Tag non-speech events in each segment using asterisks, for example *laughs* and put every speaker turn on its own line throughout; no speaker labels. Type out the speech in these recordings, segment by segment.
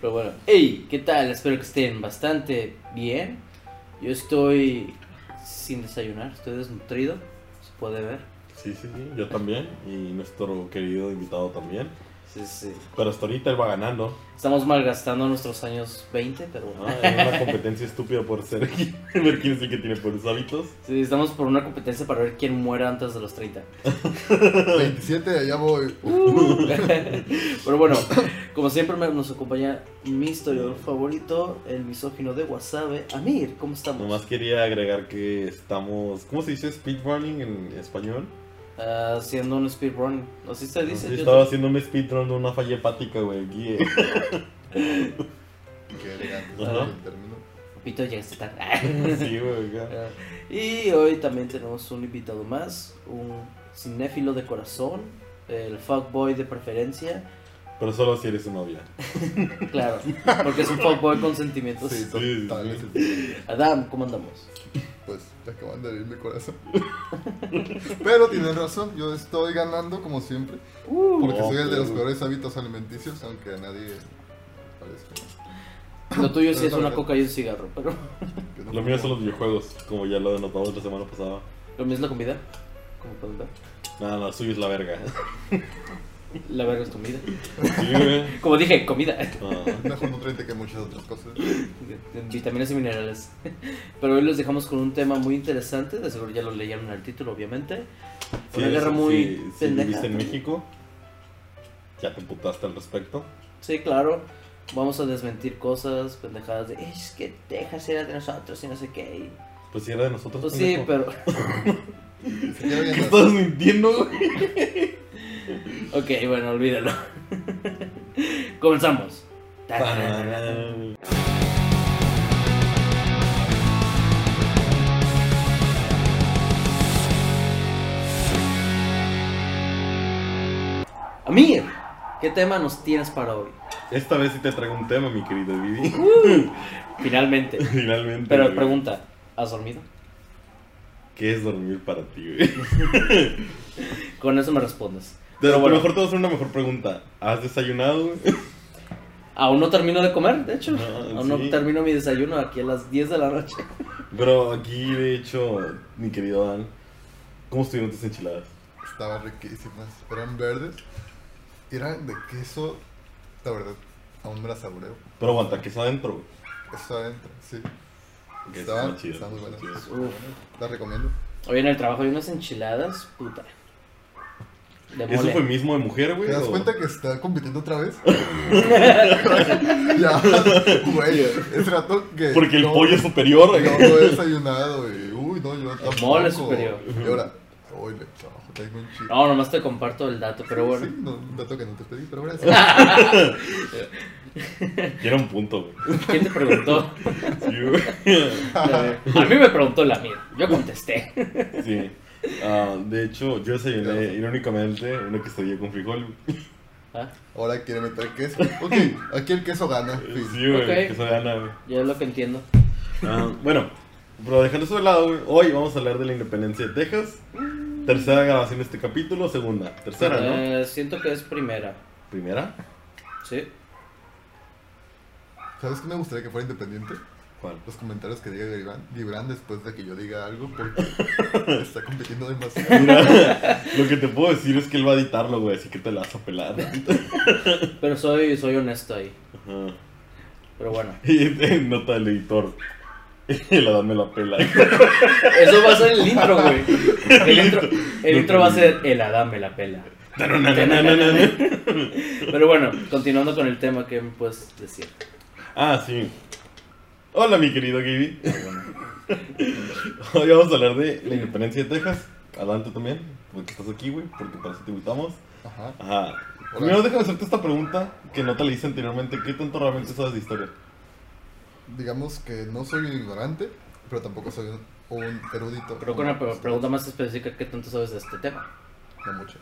Pero bueno, hey, ¿qué tal? Espero que estén bastante bien. Yo estoy sin desayunar, estoy desnutrido, se puede ver.
Sí, sí, sí, yo también y nuestro querido invitado también.
Sí, sí.
Pero hasta ahorita él va ganando.
Estamos malgastando nuestros años 20, pero bueno.
¿no?
*laughs*
Es una competencia estúpida por ser *laughs* ver quién es el que tiene buenos hábitos.
Sí, estamos por una competencia para ver quién muera antes de los *laughs* 30.
27, allá voy.
Uh.
Pero bueno, como siempre me- nos acompaña mi historiador favorito, el misógino de Wasabe, Amir. ¿Cómo estamos?
Nomás quería agregar que estamos, ¿cómo se dice speedrunning en español?
Ah, haciendo un speedrun. Así se dice.
Yo
yo
estaba
te-
haciendo un speedrun de una falla hepática, güey,
*laughs*
aquí. eh.
Qué elegante
Ajá.
el término.
Pito, llegaste tarde.
Sí, güey, acá.
Ah, y hoy también tenemos un invitado más, un cinéfilo de corazón, el fuckboy de preferencia.
Pero solo si eres su novia.
Claro, porque es un fuckboy con sentimientos.
Sí,
sí,
total.
sí.
ese-
Adam, ¿cómo andamos?
Pues te acaban de abrir mi corazón. Pero tienen razón, yo estoy ganando como siempre. Porque
No, pues.
soy el de los
pero-
peores hábitos alimenticios, aunque a nadie parezca.
Lo tuyo sí
Pero
es una
no,
coca y un cigarro, pero
Que no
Lo mío son los videojuegos, como ya lo denotamos la semana pasada.
lo mismo es la comida, como pueden ver.
Nada, no, suyo es la verga. *laughs*
La verga es comida.
Sí, güey.
Como dije, comida. *laughs*
Ah.
Mejor nutriente que muchas otras
*laughs*
cosas.
Vitaminas y minerales. Pero hoy los dejamos con un tema muy interesante, de seguro ya lo leyeron en el título, obviamente. Una guerra
si-
muy
si- si
pendeja.
viviste en México, ya te putaste al respecto.
Sí, claro. Vamos a desmentir cosas, pendejadas de es que Texas era de nosotros y no sé qué. y-
Pues si era de nosotros.
Pues sí,
pendejo.
pero. *laughs*
Ni siquiera
¿Qué
habían
estás mintiendo, güey?
Ok, bueno, olvídalo. *laughs* Comenzamos.
Tararán.
Amir, ¿qué tema nos tienes para hoy?
Esta vez sí te traigo un tema, mi querido Vivi.
*laughs* Finalmente.
*laughs* Finalmente.
Uh. Pero
güey.
pregunta, ¿has dormido?
¿Qué es dormir para ti, güey?
Con eso me respondes.
*laughs* Pero
bueno.
mejor te voy a hacer una mejor pregunta. ¿Has desayunado, güey? *laughs*
Aún no termino de comer, de hecho.
No,
Aún
sí.
no termino mi desayuno aquí a las 10 de la noche.
Pero aquí, de hecho, mi querido Dan, ¿cómo estuvieron tus enchiladas?
Estaban riquísimas. Eran verdes. Eran de queso. La verdad, aún me las saboreo.
Pero aguanta, ¿qué está adentro? güey?
Eso adentro, sí.
Que
Estaban-
está chido,
están muy
está
buenas.
chido.
Uf.
Las recomiendo.
Hoy en el trabajo hay unas enchiladas, puta. De
¿Eso
mole.
fue mismo de mujer, güey?
¿Te das
o-
cuenta que está compitiendo
*laughs*
otra vez? ya, güey, es rato que...
Porque el
no-
pollo es superior, güey.
No, no he desayunado, güey. Uy, no, yo tampoco.
mole es superior.
Y ahora, hoy le trabajo, tengo un chiste.
No, nomás te comparto el dato, pero bueno.
Sí, no, un dato que no te pedí, pero
*laughs*
gracias.
*laughs*
Y era un punto, güey.
¿Quién te preguntó?
*laughs* Sí, güey.
A mí me preguntó la mía. Yo contesté.
Sí. Ah, de hecho, yo desayuné irónicamente una quesadilla con frijol. güey.
¿Ah?
Ahora quiere meter queso. Ok, aquí el queso gana. fin.
Sí, güey,
Ok.
que se gana, güey.
Yo es lo que entiendo.
Ah, bueno, pero dejando eso de lado, güey, hoy vamos a hablar de la independencia de Texas. Tercera grabación de este capítulo, segunda. Tercera, ¿no?
Eh, siento que es primera.
¿Primera?
¿Sí?
¿Sabes qué me gustaría que fuera independiente?
¿Cuál?
Los comentarios que diga Gibran, Gibran después de que yo diga algo,
*laughs*
porque está compitiendo demasiado.
Mira, lo que te puedo decir es que él va a editarlo, güey, así que te la vas a pelar.
Pero soy, soy honesto ahí.
Ajá. *laughs*
Pero bueno.
Y nota del editor. *laughs* El Adán me la pela.
Eso va a ser el intro, güey. El intro, el
No,
intro va a
no.
ser el Adam me la pela.
Tananananana.
Pero bueno, continuando con el tema, ¿qué me puedes decir?
Ah, sí. Hola, mi querido Gaby.
Ah, bueno.
Hoy vamos a hablar de la independencia de Texas. Adelante también, porque estás aquí, güey, porque para eso te invitamos.
Ajá.
Ajá. Primero déjame hacerte esta pregunta que no te la hice anteriormente. ¿Qué tanto realmente sabes de historia?
Digamos que no soy un ignorante, pero tampoco soy un, un erudito.
Creo que una pre- pregunta más específica, ¿qué tanto sabes de este tema?
No mucho.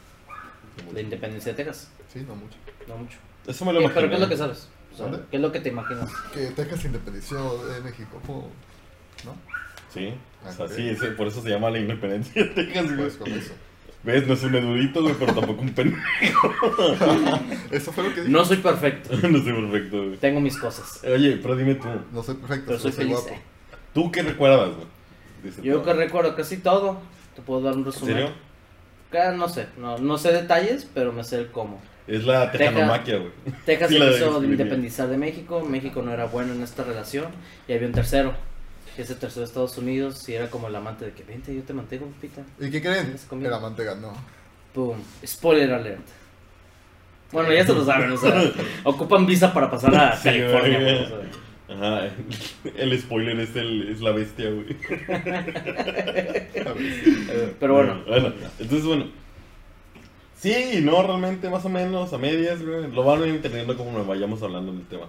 No mucho.
La independencia de Texas.
Sí, no mucho.
No mucho.
Eso me lo
¿Qué-
imaginé.
¿Pero qué es lo que sabes? O sea,
¿Dónde?
¿Qué es lo que te imaginas?
Que Texas se independició de México, po, ¿no?
Sí. O sea,
Ah, ok.
sí, ese- por eso se llama la independencia *laughs* de Texas, güey.
Pues con eso.
¿Ves? No es un erudito, güey, pero tampoco un pendejo.
Eso fue lo que dije.
No soy perfecto.
*laughs* No soy perfecto, güey.
Tengo mis cosas.
Oye, pero dime tú.
No soy perfecto,
Pero
pero
soy
soy
feliz. eh.
guapo.
¿Tú qué recuerdas, güey? Dice
Yo
tú.
que recuerdo casi todo. Te puedo dar un
¿En
resumen.
serio?
Ah, no sé, no, no sé detalles, pero me sé el cómo.
Es la tejanomaquia, güey.
Texas
Sí, la
se
de
quiso
Extremeña.
independizar de México, México no era bueno en esta relación y había un tercero. Y ese tercero de Estados Unidos y era como el amante de que vente, yo te mantengo, pita.
¿Y qué creen?
Es comida.
El amante ganó.
Pum, spoiler alert. Bueno, ya se lo saben, o
*laughs*
sea, ocupan visa para pasar a
Sí,
California.
güey.
pues, o sea.
Ajá, *laughs* el spoiler es, el, es la bestia, güey.
*laughs* A ver,
Pero bueno,
*laughs* Bueno, entonces, bueno. Sí y no, realmente, más o menos, a medias, güey. Lo van a ir entendiendo como nos vayamos hablando del tema.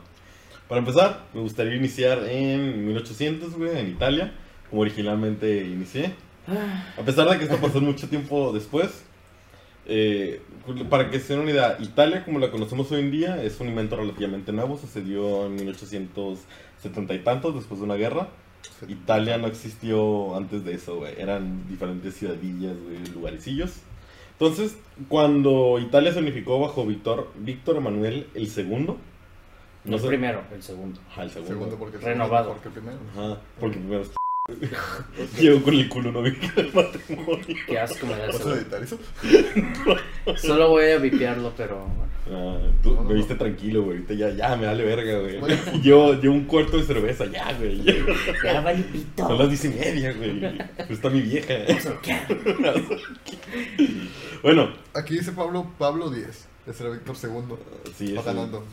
Para empezar, me gustaría iniciar en 1800, güey, en Italia, como originalmente inicié. A pesar de que esto pasó mucho tiempo después, eh, para que se den una idea, Italia, como la conocemos hoy en día, es un invento relativamente nuevo. Sucedió en 1870 y tantos, después de una guerra.
sí.
Italia no existió antes de eso, güey. Eran diferentes ciudadillas, güey, lugarecillos. Entonces, cuando Italia se unificó bajo Víctor, Víctor Emanuel el segundo.
no
No
el
sé.
primero, el segundo.
Ajá, el segundo.
Segundo porque
Renovado.
Porque primero.
Ajá, porque primero es *laughs* Llegó con el culo no *laughs* del matrimonio.
Qué asco me da el
¿Vas a
segundo.
editar eso?
Solo voy a vipearlo, pero bueno.
Ah, tú me viste tranquilo, güey. Ahorita ya, ya, me vale verga,
Bueno.
güey. *laughs* Yo, yo un cuarto de cerveza, ya, güey.
Ya vale
Son
pito.
las diez y media, güey. Pero Está mi vieja. *laughs*
¿Qué?
Bueno,
Aquí dice Pablo, Pablo 10. Ese era Víctor II.
sí,
Va
eso.
ganando.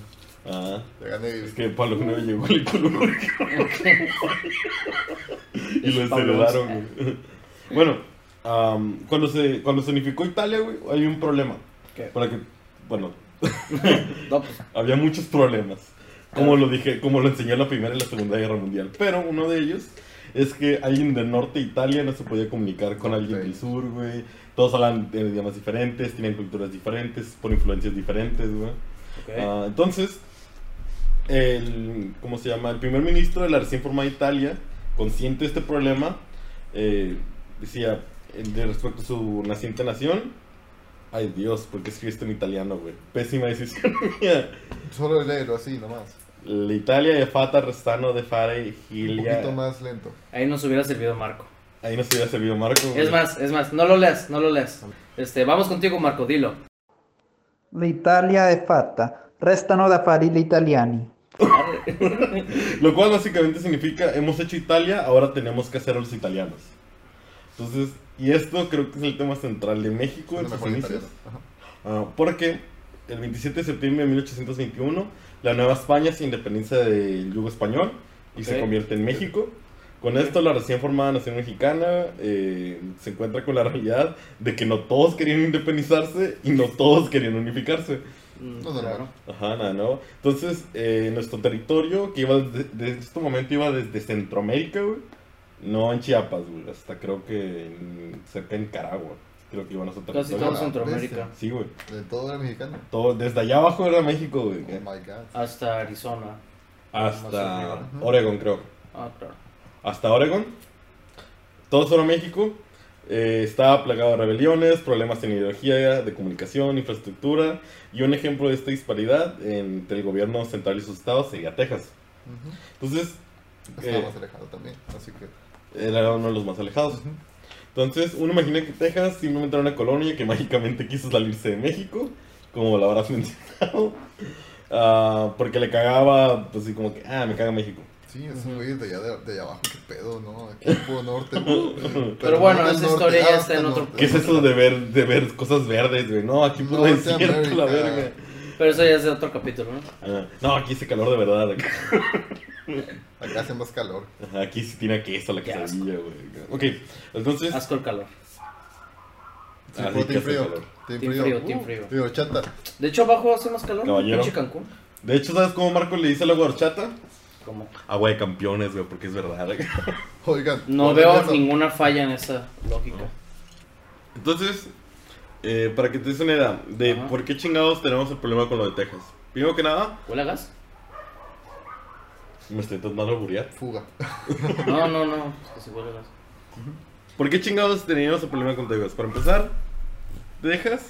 Ah.
Le gané.
Es que Pablo no llegó el culo y lo
Es Pablo
heredaron, güey. Bueno, am, cuando, se, cuando se unificó Italia, güey, hay un problema.
¿Qué?
Para que, bueno,
No, pues,
había muchos problemas. Como lo dije, como lo enseñó la Primera y la Segunda Guerra Mundial. Pero uno de ellos es que alguien del norte de Italia no se podía comunicar con alguien del sur, güey. Todos hablan de idiomas diferentes, tienen culturas diferentes, por influencias diferentes, güey.
ok.
Ah, entonces, el, ¿cómo se llama? El primer ministro de la recién formada Italia, consciente de este problema, eh, decía, eh, de respecto a su naciente nación, ay Dios, ¿por qué escribiste en italiano, güey? Pésima decisión *laughs* mía.
Solo leerlo así, nomás.
L'Italia è fatta restano de fare
Un poquito
Gilia.
más lento.
Ahí nos hubiera servido Marco.
Ahí nos hubiera servido Marco. güey.
Es más, es más, no lo leas, no lo leas. Este, vamos contigo, Marco, dilo.
L'Italia è fatta, restano da fare gli italiani.
Lo cual básicamente significa, hemos hecho Italia, ahora tenemos que hacer a los italianos. Entonces, y esto creo que es el tema central de México en
Suena
sus
mejor
inicios.
italiano. Ajá.
Ah, porque el 27 de septiembre de 1821 la Nueva España se independencia del yugo español y se
Ok.
convierte en México. Con esto la recién formada nación mexicana eh, se encuentra con la realidad de que no todos querían independizarse y no todos querían unificarse.
Mm,
No, no,
claro.
Ajá, nada, ¿no? Entonces, eh, nuestro territorio, que iba desde, desde este momento iba desde Centroamérica, güey. No en Chiapas, güey. Hasta creo que en- cerca en Nicaragua. Creo que iba nuestro
Casi
territorio.
todo
la
Centroamérica.
Sí, güey.
De todo era mexicano.
Todo, desde allá abajo era México,
Oh
güey. eh,
my god.
Hasta Arizona. Más arriba.
Hasta Oregon, creo.
Ah, claro.
Hasta Oregon. Todo solo México. eh, estaba plagado de rebeliones, problemas en ideología, de comunicación, infraestructura. Y un ejemplo de esta disparidad entre el gobierno central y sus estados sería Texas.
Ujú.
Entonces,
Estaba
Eh.
más alejado también. Así que.
era uno de los más alejados.
ujú.
Entonces, uno imagina que Texas simplemente era una colonia que *laughs* mágicamente quiso salirse de México, como lo habrás *laughs* mencionado, ah, porque le cagaba, pues así como que, ah, me caga México.
Sí, es un güey de allá, de, de allá abajo, qué pedo, ¿no? Aquí puro norte. uh,
Pero bueno,
norte,
esa
norte,
historia ya
ah,
está en
hasta
otro-
norte.
¿Qué es eso de ver, de ver cosas verdes, güey? No, aquí por
Norte
desierto, la
América.
verga.
Pero eso ya es de otro capítulo, ¿no?
Ah, no, aquí hace calor de verdad. acá-
Acá hace más calor.
ajá, Aquí sí tiene queso la
Qué asco.
quesadilla, güey. Ok, entonces...
Asco el calor.
Sí,
Así
puro
que
team
hace
frío.
calor.
Team
Team
frío.
frío, team
Uh,
frío.
Team horchata.
De hecho, abajo hace más calor.
Caballero.
Pinche Cancún.
De hecho, ¿sabes cómo Marco le dice al agua de horchata?
Como-
Agua de campeones, güey, porque es verdad.
Oigan.
No
guarden
veo
eso.
ninguna falla en esa lógica.
Entonces, eh, para que te des una idea de
Ajá.
por qué chingados tenemos el problema con lo de Texas. Primero que nada,
¿Huele a
*laughs*
gas?
me estoy tratando de alburear.
Fuga.
No, no, no. Es que sí huele a gas.
¿Por qué chingados teníamos el problema con Texas? Para empezar, Texas,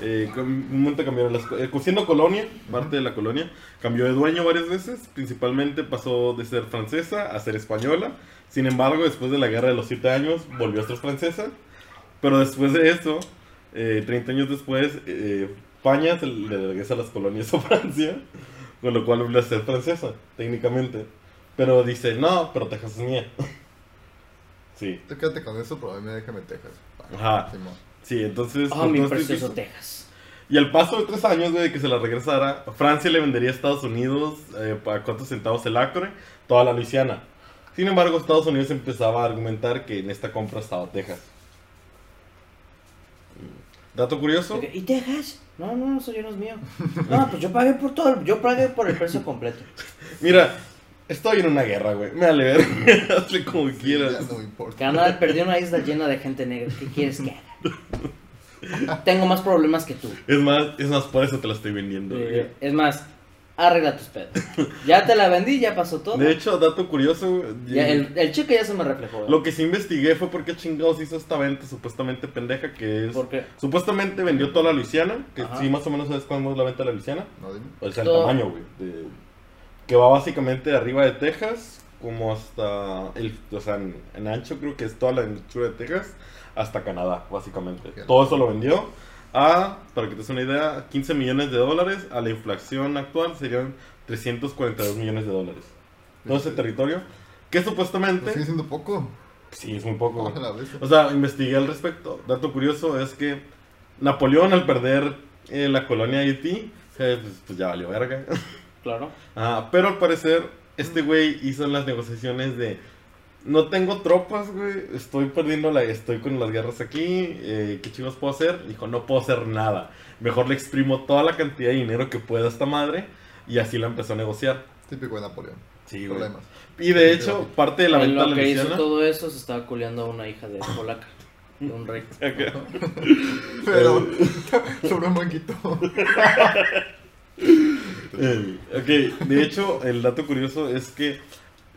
eh, cam- un momento cambiaron las co- eh, siendo colonia, parte de la colonia, cambió de dueño varias veces, principalmente pasó de ser francesa a ser española. Sin embargo, después de la guerra de los siete años, volvió a ser francesa. Pero después de eso, eh, 30 años después, eh, España se le regresa las colonias a *laughs* Francia, con lo cual volvió a ser francesa, técnicamente. Pero dice, no, pero Texas es mía. *laughs* sí,
Tú quédate con eso, pero a mí me déjame Texas.
Ajá.
Simón.
sí, entonces...
Oh, mi
entonces
precioso
dice-
Texas.
y al paso de tres años, güey, de que se la regresara, Francia le vendería a Estados Unidos eh, para cuántos centavos el acre, toda la Luisiana. Sin embargo, Estados Unidos empezaba a argumentar que en esta compra estaba Texas. Dato curioso,
Ok, ¿Y Texas? No, no, eso ya no es mío. *laughs* No, pues yo pagué por todo, yo pagué por el precio completo.
mira, estoy en una guerra, güey. Me vale ver, *laughs* hazle como
Ya
quieras.
no me importa.
Canadá perdió una isla llena de gente negra. ¿Qué quieres que haga? Tengo más problemas que tú.
Es más, es más, por eso te la estoy vendiendo. güey.
Eh, es más, arregla tus pedos. Ya te la vendí, ya pasó todo.
De hecho, dato curioso, güey,
Ya, el, el cheque ya se me reflejó. ¿eh?
lo que sí investigué fue por qué chingados hizo esta venta supuestamente pendeja que es...
Porque
Supuestamente vendió toda la Luisiana, que
Ajá.
sí más o menos sabes cuándo es la venta de la Luisiana.
No, dime.
O sea, el
Todo.
tamaño, güey. de- que va básicamente de arriba de Texas, como hasta el, o sea, en, en ancho creo que es toda la anchura de Texas, hasta Canadá, básicamente.
Qué
Todo eso lo vendió a, para que te des una idea, 15 millones de dólares, a la inflación actual serían 342 millones de dólares. Todo ese territorio, que
Pues sigue
supuestamente...
siendo poco.
Sí, es muy poco. güey.
A la vez.
O sea, investigué al respecto. Dato curioso es que Napoleón al perder eh, la colonia de Haití, eh, pues, pues ya valió verga. *laughs*
Claro.
Ah, pero al parecer, este güey hizo las negociaciones de... No tengo tropas, güey. Estoy perdiendo la... Estoy con las guerras aquí. eh, ¿Qué chicos puedo hacer? Dijo, no puedo hacer nada. Mejor le exprimo toda la cantidad de dinero que pueda a esta madre. Y así la empezó a negociar.
Típico de Napoleón.
Sí, güey.
Problemas.
Y de hecho, parte de la
En
venta
lo
la
que hizo
*laughs* Luisiana-
todo eso se estaba culeando a una hija de polaca, de un rey.
Pero *laughs* sobre un banquito.
Eh, ok, de hecho, el dato curioso es que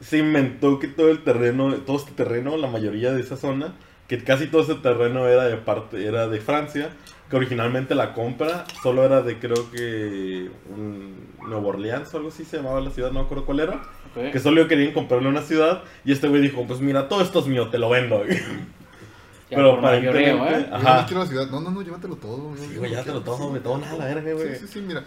se inventó que todo el terreno, todo este terreno, la mayoría de esa zona, que casi todo ese terreno era de parte, era de Francia, que originalmente la compra solo era de creo que mm, Nuevo Orleans o algo así se llamaba la ciudad, no me acuerdo cuál era,
Ok.
que solo querían comprarle una ciudad y este güey dijo, pues mira, todo esto es mío, te lo vendo. güey".
Ya
Pero
por mayoreo,
aparentemente-
¿eh?
Yo
Ajá.
no quiero la ciudad. No, no, no, llévatelo todo. güey.
Sí,
Yo
güey,
no
ya te lo
quiero,
tomo,
sí,
me tomo nada, la verga, güey.
Sí, sí, sí, mira.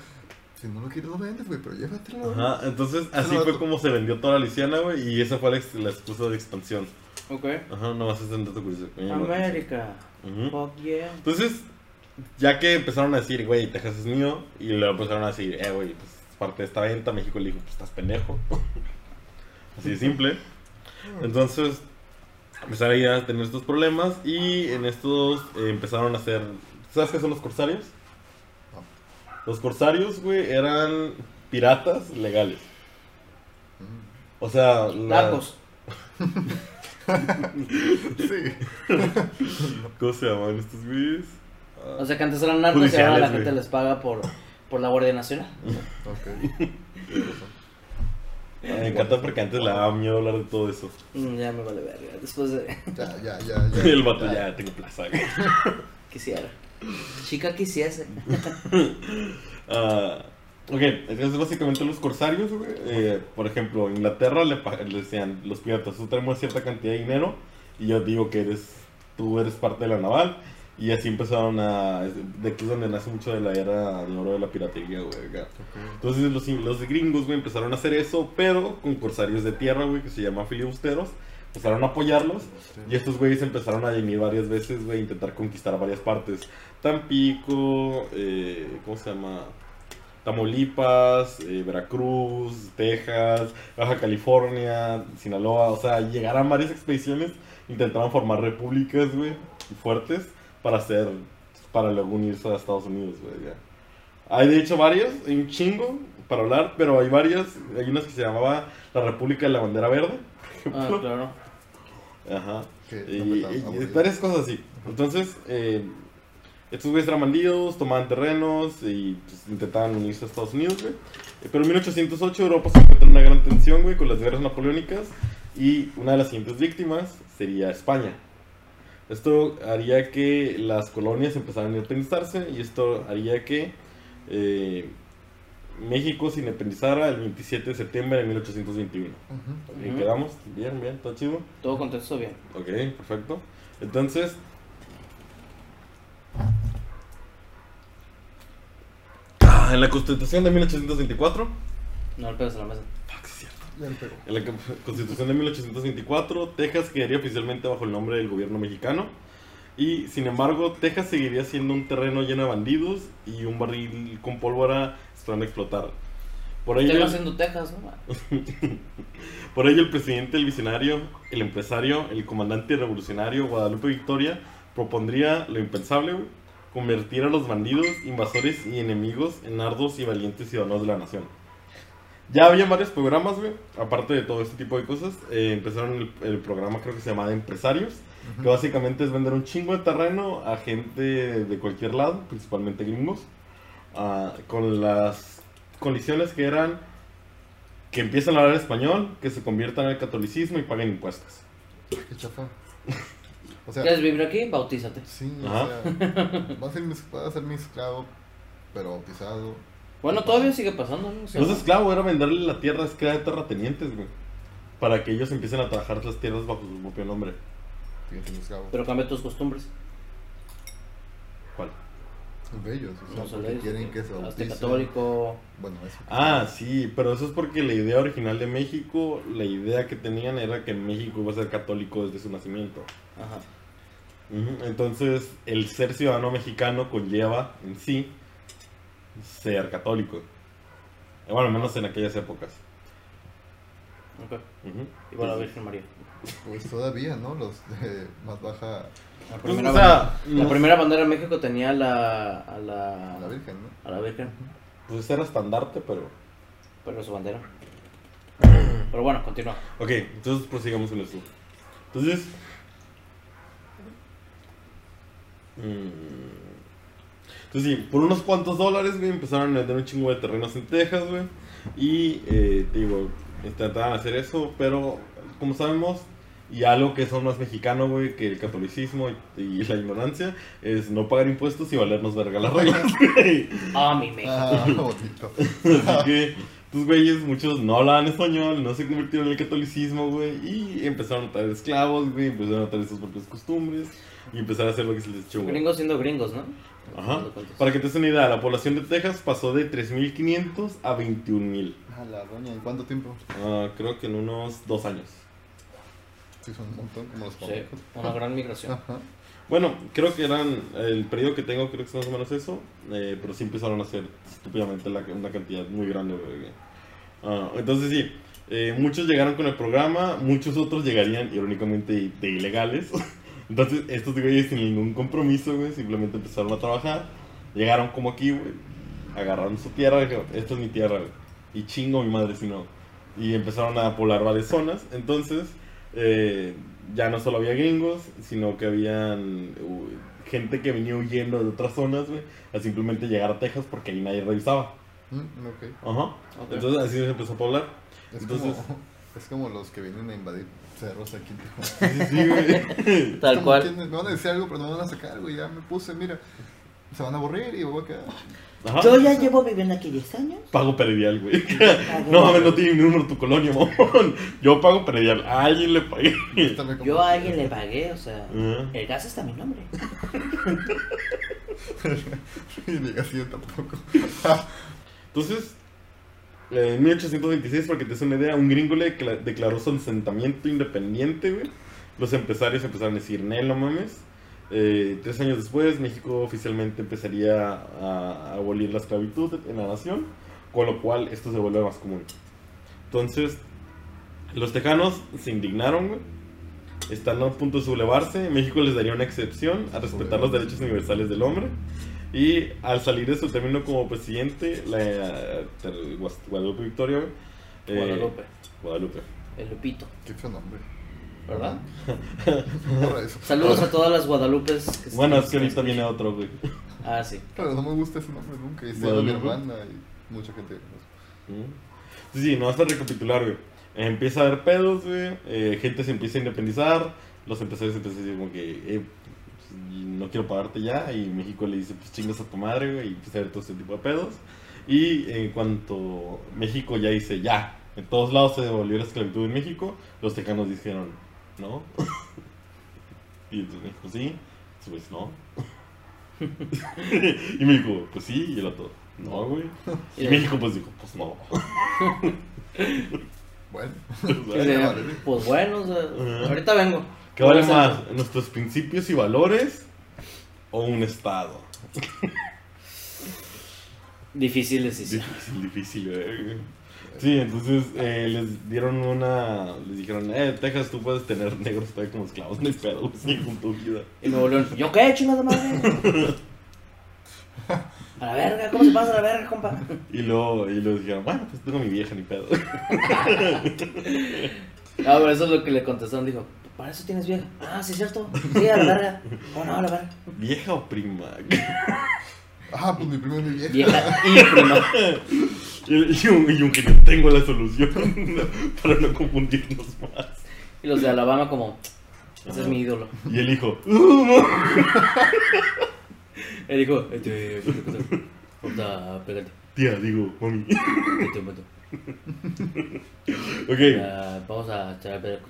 Si no lo quieres, lo vendes, güey, pero llévatelo.
Ajá, entonces así
Ese
fue
vato.
como se vendió toda la Luisiana, güey, y esa fue la, ex- la excusa de expansión.
Ok.
Ajá, no vas a hacer dato curioso. coño, no.
América.
Ujú.
Fuck yeah.
Entonces, ya que empezaron a decir, güey, Texas es mío, y luego empezaron a decir, eh, güey, pues es parte de esta venta, México le dijo, pues estás pendejo. *laughs* Así de simple. Entonces, empezaron ahí a tener estos problemas y en estos eh, empezaron a hacer. ¿Sabes qué son los corsarios?
No.
Los corsarios, güey, eran piratas legales.
Mm.
O sea, la-
Tacos.
Sí.
¿Cómo se llamaban estos güeyes?
O sea que antes eran narcos y ahora
Judiciales,
la
güey.
gente les paga por, por la Guardia Nacional.
Ok.
Me encanta porque antes le daba miedo hablar de todo eso.
Mm, ya me vale verga. Después de. *laughs*
Ya, ya, ya. ya
Y *laughs* el vato ya tengo plaza. güey".
Quisiera. Chica quisiese.
Ah, ok, entonces básicamente los corsarios, güey. eh, por ejemplo, Inglaterra le, pa- le decían los piratas, tú tenemos cierta cantidad de dinero y yo digo que eres, tú eres parte de la naval. Y así empezaron a... De aquí es donde nace mucho de la era de oro de la piratería, güey. acá.
Ok.
Entonces los, los gringos, güey, empezaron a hacer eso, pero con corsarios de tierra, güey, que se llaman filibusteros. Empezaron a apoyarlos y estos güeyes empezaron a venir varias veces, güey, a intentar conquistar varias partes. Tampico, eh, ¿cómo se llama? Tamaulipas, eh, Veracruz, Texas, Baja California, Sinaloa. O sea, llegaron varias expediciones, intentaron formar repúblicas, güey, fuertes para hacer, para luego unirse a Estados Unidos, güey, ya. Hay de hecho varias, hay un chingo para hablar, pero hay varias, hay unas que se llamaba la República de la Bandera Verde.
*laughs*
Ah, claro.
Ajá.
Que
Y,
no me tan
y- y
aburrido.
varias cosas así. Entonces, eh, estos güeyes eran bandidos, tomaban terrenos y pues, intentaban unirse a Estados Unidos, güey. Eh, Pero en 1808 Europa se encuentra en una gran tensión, güey, con las guerras napoleónicas. Y una de las siguientes víctimas sería España. Esto haría que las colonias empezaran a independizarse y esto haría que eh, México se independizara el 27 de septiembre de 1821.
Ujú.
Bien,
Ujú.
quedamos. Bien, bien, todo chido.
Todo contexto bien.
Ok, perfecto. Entonces. Ah, en la Constitución de 1824.
No le pegas a la mesa.
Fuck, sí es cierto.
Ya le pegó.
En la Constitución de 1824, Texas quedaría oficialmente bajo el nombre del gobierno mexicano. Y sin embargo, Texas seguiría siendo un terreno lleno de bandidos y un barril con pólvora esperando explotar. Por
Te
ello,
va haciendo Texas, ¿no?
por ello, el presidente, el visionario, el empresario, el comandante revolucionario Guadalupe Victoria propondría lo impensable, güey, convertir a los bandidos, invasores y enemigos en ardos y valientes ciudadanos de la nación. Ya había varios programas, güey, aparte de todo este tipo de cosas. eh, empezaron el, el programa, creo que se llamaba Empresarios, que básicamente es vender un chingo de terreno a gente de cualquier lado, principalmente gringos, ah, con las condiciones que eran que empiecen a hablar español, que se conviertan al catolicismo y paguen impuestos.
Qué chafa. O sea,
¿Quieres vivir aquí? Bautízate.
sí, o
Ajá.
sea, va a ser mi, va a ser mi esclavo, pero bautizado.
Bueno, todavía sigue pasando, ¿no? O sea,
No es esclavo, era venderle la tierra, es que era de terratenientes, güey. Para que ellos empiecen a trabajar las tierras bajo su propio nombre.
Fíjate, mi esclavo.
Pero cambia tus costumbres.
¿Cuál?
Los de ellos, o sea,
No solo
porque
ellos,
quieren que se
Hazte
bauticen.
católico.
Bueno, eso.
Ah, sí, pero eso es porque la idea original de México, la idea que tenían era que México iba a ser católico desde su nacimiento.
Ajá.
Ujú, Entonces, el ser ciudadano mexicano conlleva en sí ser católico. Eh, Bueno, menos en aquellas épocas.
Ok.
Ujú.
Igual a la Virgen María.
Pues todavía, ¿no? Los de más baja,
La
Pues,
primera,
o sea,
bandera, la
no-
primera bandera de México tenía la, a la,
la Virgen, *laughs* ¿no?
a la Virgen,
pues era estandarte, pero...
pero su bandera. Pero bueno, continúa.
Ok, entonces prosigamos con esto. Entonces. mm, Entonces, sí, por unos cuantos dólares, güey, empezaron a vender un chingo de terrenos en Texas, güey. Y, eh, te digo, trataban de hacer eso, pero como sabemos, y algo que son más mexicano, güey, que el catolicismo y, y la ignorancia, es no pagar impuestos y valernos verga las reglas, güey.
Ah, mi México.
Ah, *laughs* bonito.
Así que estos güeyes, muchos no hablaban español, no se convirtieron en el catolicismo, güey, y empezaron a traer esclavos, güey, empezaron a traer sus propias costumbres y empezaron a hacer lo que se les echó, güey.
Gringos siendo gringos, ¿no?
Ajá.
Dando cuentas.
Para que te des una idea, la población de Texas pasó de 3.500 a 21.000.
A la doña, ¿en cuánto tiempo?
Ah, creo que en unos dos años.
Sí, son un montón, como los
Sí,
famosos.
una gran migración.
Ajá.
Bueno, creo que eran, el periodo que tengo creo que es más o menos eso, eh, pero sí empezaron a hacer estúpidamente la- una cantidad muy grande. güey. Ah, entonces sí, eh, muchos llegaron con el programa, muchos otros llegarían irónicamente de ilegales. *laughs* Entonces estos güeyes sin ningún compromiso, güey, simplemente empezaron a trabajar, llegaron como aquí, güey, agarraron su tierra, dijeron, esta es mi tierra, güey, y chingo mi madre si no. Y empezaron a poblar varias zonas, entonces eh, ya no solo había gringos, sino que habían u- gente que venía huyendo de otras zonas, güey, a simplemente llegar a Texas porque ahí nadie revisaba.
Mm, ok.
Ajá.
Ok.
Entonces así se empezó a poblar.
Es,
Entonces-
como, *laughs* es como los que vienen a invadir cerros aquí. en Tijuana.
Sí, sí, sí,
*laughs*
güey.
Tal
Como que
cual.
Me van a decir algo, pero no me van a sacar, güey. Ya me puse, mira. Se van a aburrir y me voy a quedar. *laughs*
Ajá.
Yo ya llevo viviendo aquí 10 años.
Pago peredial,
*laughs*
güey. *laughs* No mames, no tiene mi número tu colonia, *laughs* mamón. Yo pago peredial. A alguien le pagué.
Esta me
Yo
compró-
a alguien le pagué, o sea,
Ajá.
el gas está a mi nombre.
*laughs* Y ni así tampoco. *laughs*
Entonces, eh, en 1826, para que te des una idea, un gringo le decla- declaró su asentamiento independiente, güey. Los empresarios empezaron a decir, "Nel, no mames. Eh, tres años después, México oficialmente empezaría a, a abolir la esclavitud en la nación, con lo cual esto se vuelve más común. Entonces, los tejanos se indignaron, güey. Están a punto de sublevarse. México les daría una excepción a respetar los derechos universales del hombre. Y al salir de su término como presidente, la el Guas- Guadalupe Victoria, güey, eh,
Guadalupe.
Guadalupe.
El Lupito,
Qué feo nombre. *laughs*
¿verdad?
Borra eso.
Saludos a todas las Guadalupes. Que
Bueno,
están-
es que ahorita viene otro, güey.
Ah, sí.
*laughs* Pero no me gusta ese nombre nunca. Y se llama mi
Guadalupe.
hermana y mucha gente. pues,
Mm. Sí, sí, no vas a recapitular, güey. Eh, Empieza a haber pedos, güey. eh, gente se empieza a independizar. los empresarios empiezan a decir como que "Eh, pues, no quiero pagarte ya y México le dice pues chingas a tu madre güey, y empieza a haber todo ese tipo de pedos y en cuanto México ya dice ya en todos lados se devolvió la esclavitud en México los tecanos dijeron no *laughs* y entonces México sí entonces, pues no *laughs* y México pues sí y el otro no güey y México pues dijo pues no *laughs*
Bueno, *laughs*
Y de- Pues bueno, o sea,
Ajá.
ahorita vengo.
¿Qué vale
Ahora salgo.
más? ¿Nuestros principios y valores o un Estado?
Difícil decisión.
Difícil, difícil, güey. Sí, entonces eh, les dieron una. Les dijeron, eh, Texas, tú puedes tener negros todavía como esclavos, no hay pedo, *laughs* sí, con tu vida.
Y me volvieron, ¿yo qué, chingada madre?
*laughs*
A la verga, ¿cómo se pasa a la verga, compa?
Y luego, y luego dijeron, bueno, pues tengo mi vieja, ni pedo. *laughs*
Ah, pero eso es lo que le contestaron. Dijo, para eso tienes vieja. Ah, sí, es cierto. Sí, a la verga. Oh, no, a la verga.
¿Vieja o prima? *laughs*
ah, pues mi prima es mi vieja.
Vieja y prima.
Y, y un- y un que no tengo la solución *laughs* para no confundirnos más.
Y los de Alabama, como, ese es mi ídolo.
Y el hijo,
Él dijo, este, ¿qué te pasa? Puta, pégate,
tía, digo, mami. *laughs*
te te mato.
Ok.
Ah, Vamos a echar a perder.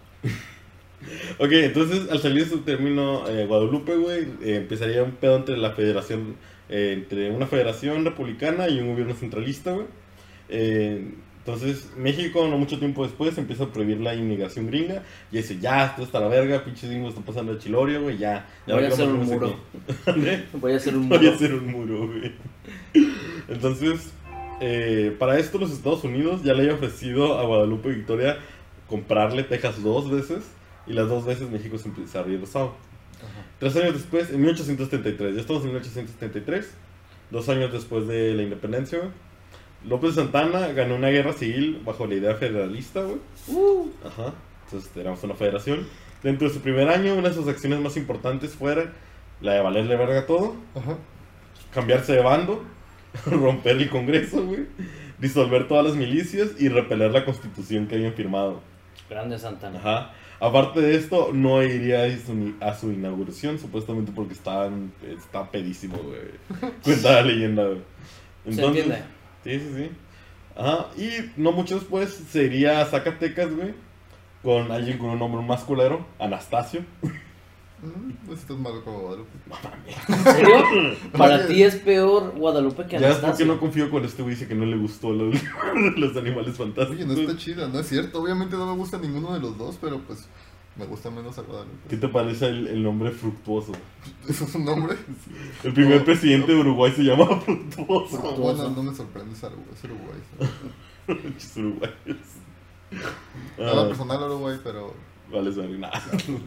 Ok, entonces al salir de su término eh, Guadalupe, güey, eh, empezaría un pedo entre la federación, eh, entre una federación republicana y un gobierno centralista, güey. Eh, entonces México, no mucho tiempo después, empieza a prohibir la inmigración gringa y dice, ya, esto está la verga, pinches gringos están pasando el chilorio, güey, ya. ya
Voy a
lo
hacer un
queremos
muro.
aquí". ¿Eh?
Voy a hacer
*laughs*
un
Voy
muro.
a hacer un muro, güey. Entonces, eh, para esto los Estados Unidos ya le había ofrecido a Guadalupe Victoria comprarle Texas dos veces y las dos veces México se empieza a abrir rosado. Tres años después, en 1873, ya estamos en 1873, dos años después de la independencia, güey, López de Santana ganó una guerra civil bajo la idea federalista, güey.
Uh.
Ajá. Entonces éramos una federación. Dentro de su primer año, una de sus acciones más importantes fuera la de valerle verga a todo,
Ajá.
cambiarse de bando, *laughs* romper el Congreso, güey, disolver todas las milicias y repeler la constitución que habían firmado.
Grande Santana.
Ajá. Aparte de esto, no iría a su, ni- a su inauguración, supuestamente porque está, está pedísimo,
*laughs*
güey. Cuenta la leyenda, güey.
¿Se entiende?
*laughs* Sí, sí, sí. Ajá. Y no mucho después sería Zacatecas, güey. Con alguien con un nombre más culero, Anastasio.
Mm, Pues estás malo como Guadalupe.
¿En serio? Para ti es peor Guadalupe que
Ya es porque
Anastasio.
no confío con este güey, dice que no le gustó los, *laughs* los animales fantásticos.
Oye, no está chida, no es cierto. Obviamente no me gusta ninguno de los dos, pero pues me gusta menos a Guadalupe. *laughs*
¿Qué te parece el, el nombre fructuoso?
¿Eso es un nombre?
El primer
No,
presidente de Uruguay se llamaba
*laughs*
fructuoso.
Pero bueno, no me sorprende ser Uruguay. ser Uruguay.
Pinches uruguayos.
Nada
Ah,
personal a Uruguay, pero
vale, sorry, nada.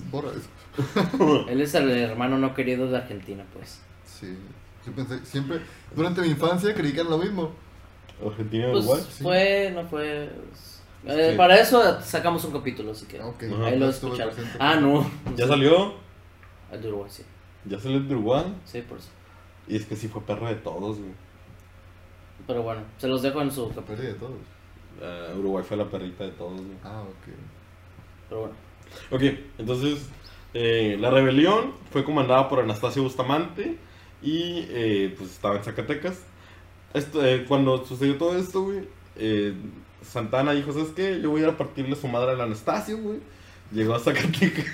borra eso.
Él es el hermano no querido de Argentina, pues.
Sí. Yo pensé, siempre, durante mi infancia creí que era lo mismo.
Argentina,
Pues
Uruguay.
sí.
fue, no fue. eh,
Sí.
Para eso sacamos un capítulo, así que.
Ah, Ok, pues,
Ajá.
Ahí lo
estuve
escucharon.
presente.
Ah, no.
Ya salió,
El de Uruguay, sí.
ya salió el de Uruguay.
Sí, por eso.
Y es que sí fue perro de todos, güey.
Pero bueno, se los dejo en su
La
capítulo.
perdí de todos.
Ah, Uruguay fue la perrita de todos, güey.
Ah, ok.
Pero bueno. *laughs*
Ok, entonces eh, la rebelión fue comandada por Anastasio Bustamante y eh, pues estaba en Zacatecas. Esto, eh, cuando sucedió todo esto, güey, eh, Santana dijo, ¿sabes qué? Yo voy a ir a partirle su madre al Anastasio, güey. Llegó a Zacatecas, *laughs*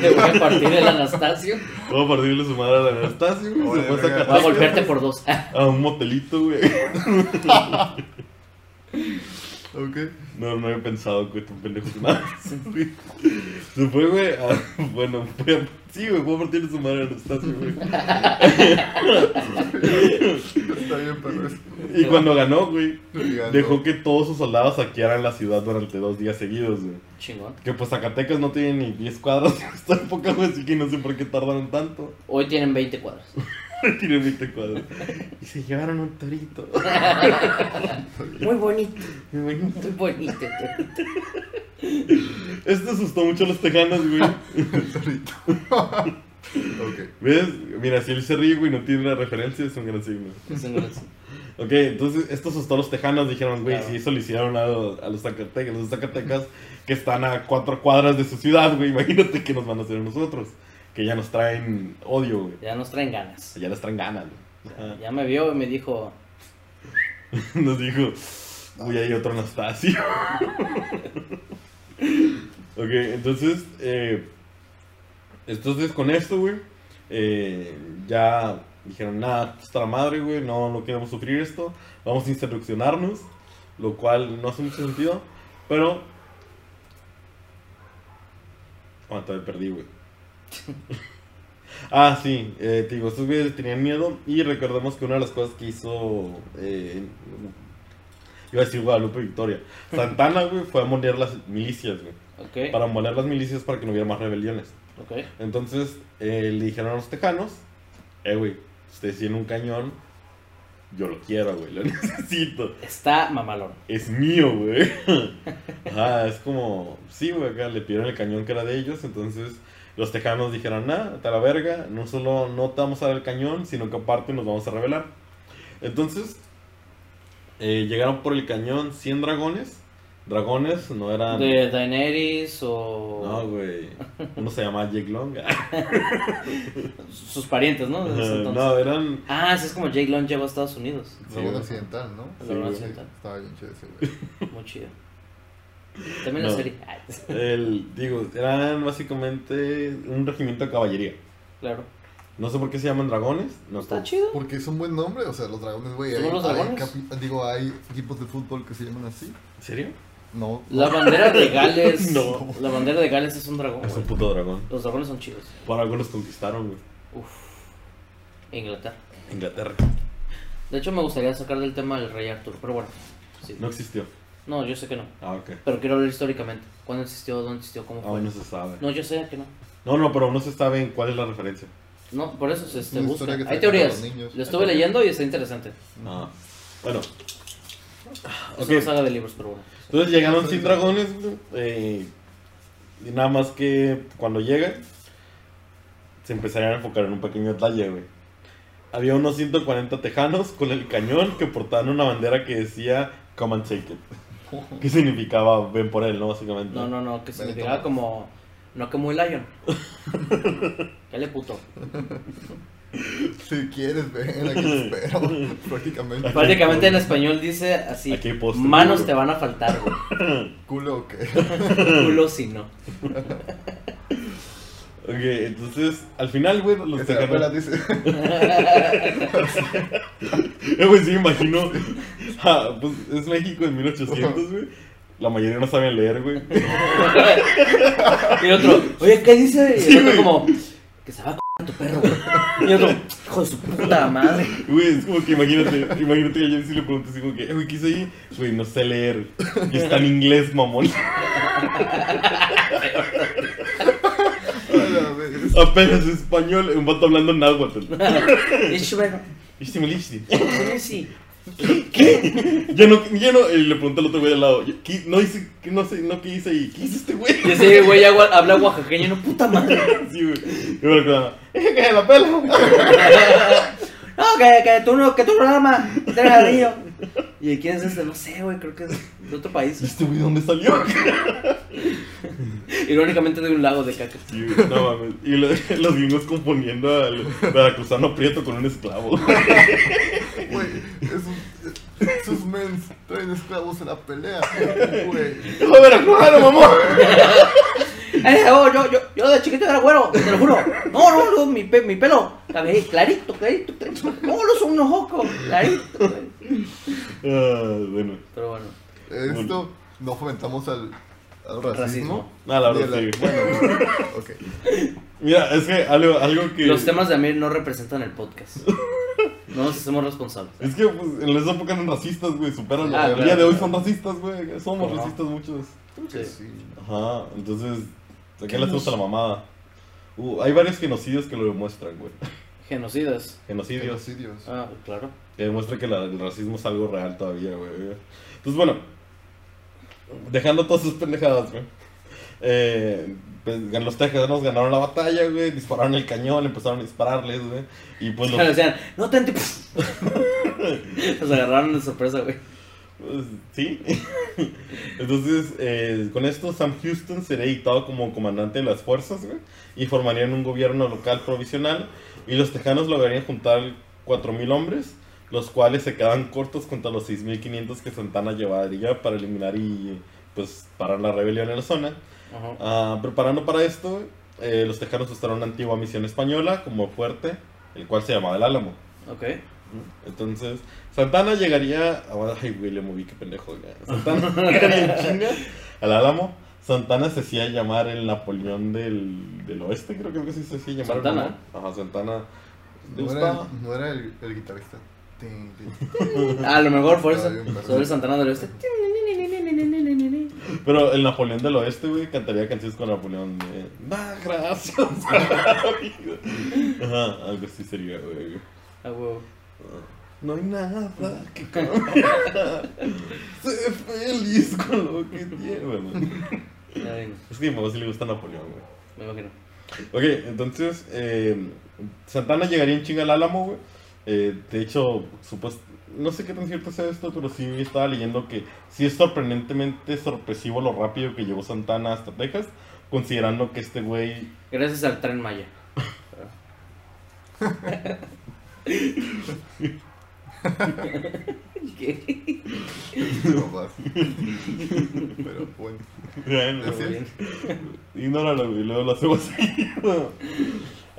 Le voy a partir el Anastasio.
voy a partirle su madre al Anastasio, güey.
Ole,
Se fue a
Voy a
verga.
Zacatecas
golpearte por dos. Ah,
a un motelito, güey. *laughs*
Ok.
No, no había pensado que tu pendejo es
*laughs*
más. güey. Se fue, güey. a- *laughs* bueno, fue a- sí, güey, fue a partirle su madre a Anastasio,
*laughs*
güey.
Está bien, pero es.
Y cuando ganó, güey,
Ligando.
dejó que todos sus soldados saquearan la ciudad durante dos días seguidos, güey.
Chingón.
Que pues Zacatecas no tiene ni 10 cuadras *laughs* en esta época, güey, así que no sé por qué tardaron tanto. *laughs*
Hoy tienen 20 cuadros.
tiene 20 cuadras. Y se llevaron un torito. *laughs*
Muy bonito,
Me imagino.
muy bonito.
Esto asustó mucho a los tejanos, güey.
Torito. *laughs* ok.
¿Ves? Mira, si él se ríe, güey, no tiene la referencia, es un gran signo.
Es un gran-
Ok, entonces estos toros tejanos dijeron, güey,
Claro.
si eso le hicieron a, a los Zacatecas, los Zacatecas que están a cuatro cuadras de su ciudad, güey, imagínate que nos van a hacer a nosotros, que ya nos traen odio, güey,
Ya nos traen ganas.
ya nos traen ganas, güey. Ajá.
Ya me vio y me dijo,
*laughs* Nos dijo, uy, hay otro Anastasio. *laughs* ok, entonces, eh, entonces con esto, güey, eh, ya dijeron, nada, está la madre, güey, no, no queremos sufrir esto, vamos a insurreccionarnos, lo cual no hace mucho sentido, pero... Ah, todavía perdí, güey. Ah, sí, eh, te digo, estos güeyes tenían miedo y recordemos que una de las cosas que hizo, eh, iba a decir Guadalupe Victoria, Santana, güey, fue a moler las milicias, güey,
ok,
para moler las milicias para que no hubiera más rebeliones.
ok,
Entonces eh, le dijeron a los tejanos, eh, güey, ustedes tienen un cañón, yo lo quiero, güey, lo *laughs* necesito,
está mamalón.
es mío, güey. *laughs* Ah, es como, sí, güey, acá le pidieron el cañón que era de ellos, entonces los tejanos dijeron, nada, está la verga, no solo no te vamos a dar el cañón, sino que aparte nos vamos a rebelar. Entonces, eh, llegaron por el cañón 100 dragones, dragones no
Ah.
eran...
De Daenerys o
No, güey, uno se llama Jake Long. *laughs*
sus parientes, ¿no? Desde ese entonces.
no, eran...
Ah, así es como Jake Long llegó a Estados Unidos.
sí,
Dragón
güey.
Occidental, ¿no?
El
Sí,
Dragón
güey.
Occidental.
Estaba bien chido ese, güey.
Muy chido. También la
No.
serie. Ay,
El, digo, eran básicamente un regimiento de caballería.
claro.
No sé por qué se llaman dragones. No
Está
sé.
chido.
Porque es un buen nombre, o sea, los dragones, güey.
¿Son
hay-
los
hay
dragones?
capi- digo, hay equipos de fútbol que se llaman así.
¿En serio?
No.
La bandera de Gales.
*laughs* No.
La bandera de Gales es un dragón.
Es un
güey.
puto dragón.
Los dragones son chidos.
Por algo los conquistaron, güey.
Uf. E Inglaterra.
Inglaterra.
De hecho, me gustaría sacar del tema el rey Arthur, pero bueno. sí.
No existió.
No, yo sé que no.
Ah, ok.
Pero quiero hablar históricamente. ¿Cuándo existió? ¿Dónde existió? ¿Cómo fue?
Aún no se sabe.
No, yo sé que no.
No, no, pero aún no se sabe en cuál es la referencia.
No, por eso se, se
Una
busca.
historia que te
Hay
cuentan
teorías.
los niños.
Lo estuve leyendo y está interesante.
Ah. Bueno.
Es
Ok.
una saga de libros, pero bueno.
Entonces llegaron sin dragones, güey. eh, y nada más que cuando llegan, se empezarían a enfocar en un pequeño detalle, güey. Había unos 140 tejanos con el cañón que portaban una bandera que decía Come and take it.
*laughs*
Que significaba ven por él, ¿no? Básicamente.
No, no, no, que se
Benito
significaba
Juárez.
como. No que muy
*laughs*
lion. ¿Qué le puto?
Si quieres, ven, aquí te espero. *laughs* Prácticamente.
Prácticamente en español dice así:
Aquí hay postre,
Manos
güey.
te van a faltar,
*laughs*
güey.
Culo o qué. *laughs*
Culo si no.
Ok, entonces al final, güey, los
Esa abuela
tejanos.
dice. *laughs*
Eh, *laughs* güey, sí, me imagino. Ja, pues es México en 1800, güey. La mayoría no saben leer, güey. *laughs*
Y otro, oye, ¿qué dice? Y
Sí,
el
güey.
otro, como, que se va a c tu perro, güey. Y otro, hijo de su puta madre.
Güey, es como que imagínate, imagínate que ayer sí le preguntas así como que, eh, güey, ¿qué hice ahí? Güey, no sé leer. Y está en inglés, mamón. *laughs*
A la vez.
Apenas español, un vato hablando náhuatl.
Y yo, bueno,
Ishtimilichti.
sí, sí.
Ya no, ya no, y le pregunté al otro güey de al lado, ¿qué, no hice, qué, no sé, no, ¿qué hice ahí? ¿Qué hice este güey? *laughs*
Y ese güey ya gua- habla oaxaqueño, no puta madre. *laughs*
Sí, güey. Y me acordaba, "Eh, que la pela.
No, que, que tú no, que tú programa, te ladrillo. ¿Y quién es este? No sé, güey, creo que es de otro
¿Y *laughs*
país.
este güey dónde salió?
Irónicamente de un lago de caca.
Sí, güey, no mames. Y lo- los gringos componiendo al veracruzano prieto con un esclavo.
Güey, esos, esos mens traen esclavos a la pelea. *laughs* Güey.
¡Oh, veracruzano, mamón!
Eh, oh, yo, yo, yo de chiquito era güero, te lo juro. No, no, no, mi, pe- mi pelo. cabello clarito, clarito, clarito. No, no son unos ojos, clarito. güey.
Ah, bueno.
Pero bueno,
Esto no fomentamos al, al racismo.
Nada, Ah, la verdad,
Ni a
sí.
la- *laughs* Bueno, ok.
Mira, es que algo, algo que.
los temas de Amir no representan el podcast. No nos hacemos responsables.
Es que pues, en esa época eran racistas, güey. Superan.
Ah,
el
claro.
día de hoy son racistas, güey. Somos
¿Cómo no?
racistas muchos.
Que
Sí.
sí.
Ajá, entonces. ¿A qué le gusta la mamada? Uh, hay varios genocidios que lo demuestran, güey.
Genocidas.
Genocidios.
Genocidios.
Ah, claro.
Que demuestra que la- el racismo es algo real todavía, güey. Entonces, bueno, dejando todas sus pendejadas, güey. Eh, pues, gan- los tejanos ganaron la batalla,
*laughs*
güey. Dispararon el cañón, empezaron a dispararles, güey. Y pues los.
Decían, no te enti- Nos agarraron de sorpresa, güey.
Pues, Sí. *laughs* Entonces, eh, con esto Sam Houston sería dictado como comandante de las fuerzas, güey, y formarían un gobierno local provisional, y los tejanos lograrían juntar 4.000 hombres, los cuales se quedaban cortos contra los 6.500 que Santana llevaría para eliminar y, pues, parar la rebelión en la zona.
Ajá.
Ah, preparando para esto, eh, los tejanos usaron una antigua misión española como fuerte, el cual se llamaba el Álamo.
Ok.
Entonces, Santana llegaría. a- Ay, güey, le moví, qué pendejo. ya. Santana llegaría en chinga al Álamo. Santana se hacía llamar el Napoleón del, del Oeste, creo que algo así se hacía llamar.
Santana.
¿no? Ajá, Santana. ¿Te
No era,
gustaba?
el, no era el, el guitarrista. Tin, tin.
*laughs* A lo mejor por eso.
Está bien, perro.
Sobre Santana del Oeste.
Pero el Napoleón del Oeste, güey, cantaría canciones con Napoleón de. Da gracias *laughs* a la vida". Ajá, algo así sería, güey.
A huevo.
No hay nada que cambiar. sé feliz con lo que tienes. Bueno,
Ya vengo,
es que a mi mamá sí le gusta Napoleón, güey.
me imagino.
Ok, entonces eh, Santana llegaría en chinga al Álamo, güey. Eh, de hecho, supues- no sé qué tan cierto sea esto, pero sí estaba leyendo que sí es sorprendentemente sorpresivo lo rápido que llegó Santana hasta Texas, considerando que este güey...
Gracias al tren Maya. ¿Qué?
*laughs* Papás. Pero bueno.
Bueno,
Muy bien.
Ignóralo, güey, luego lo hacemos *laughs* seguido.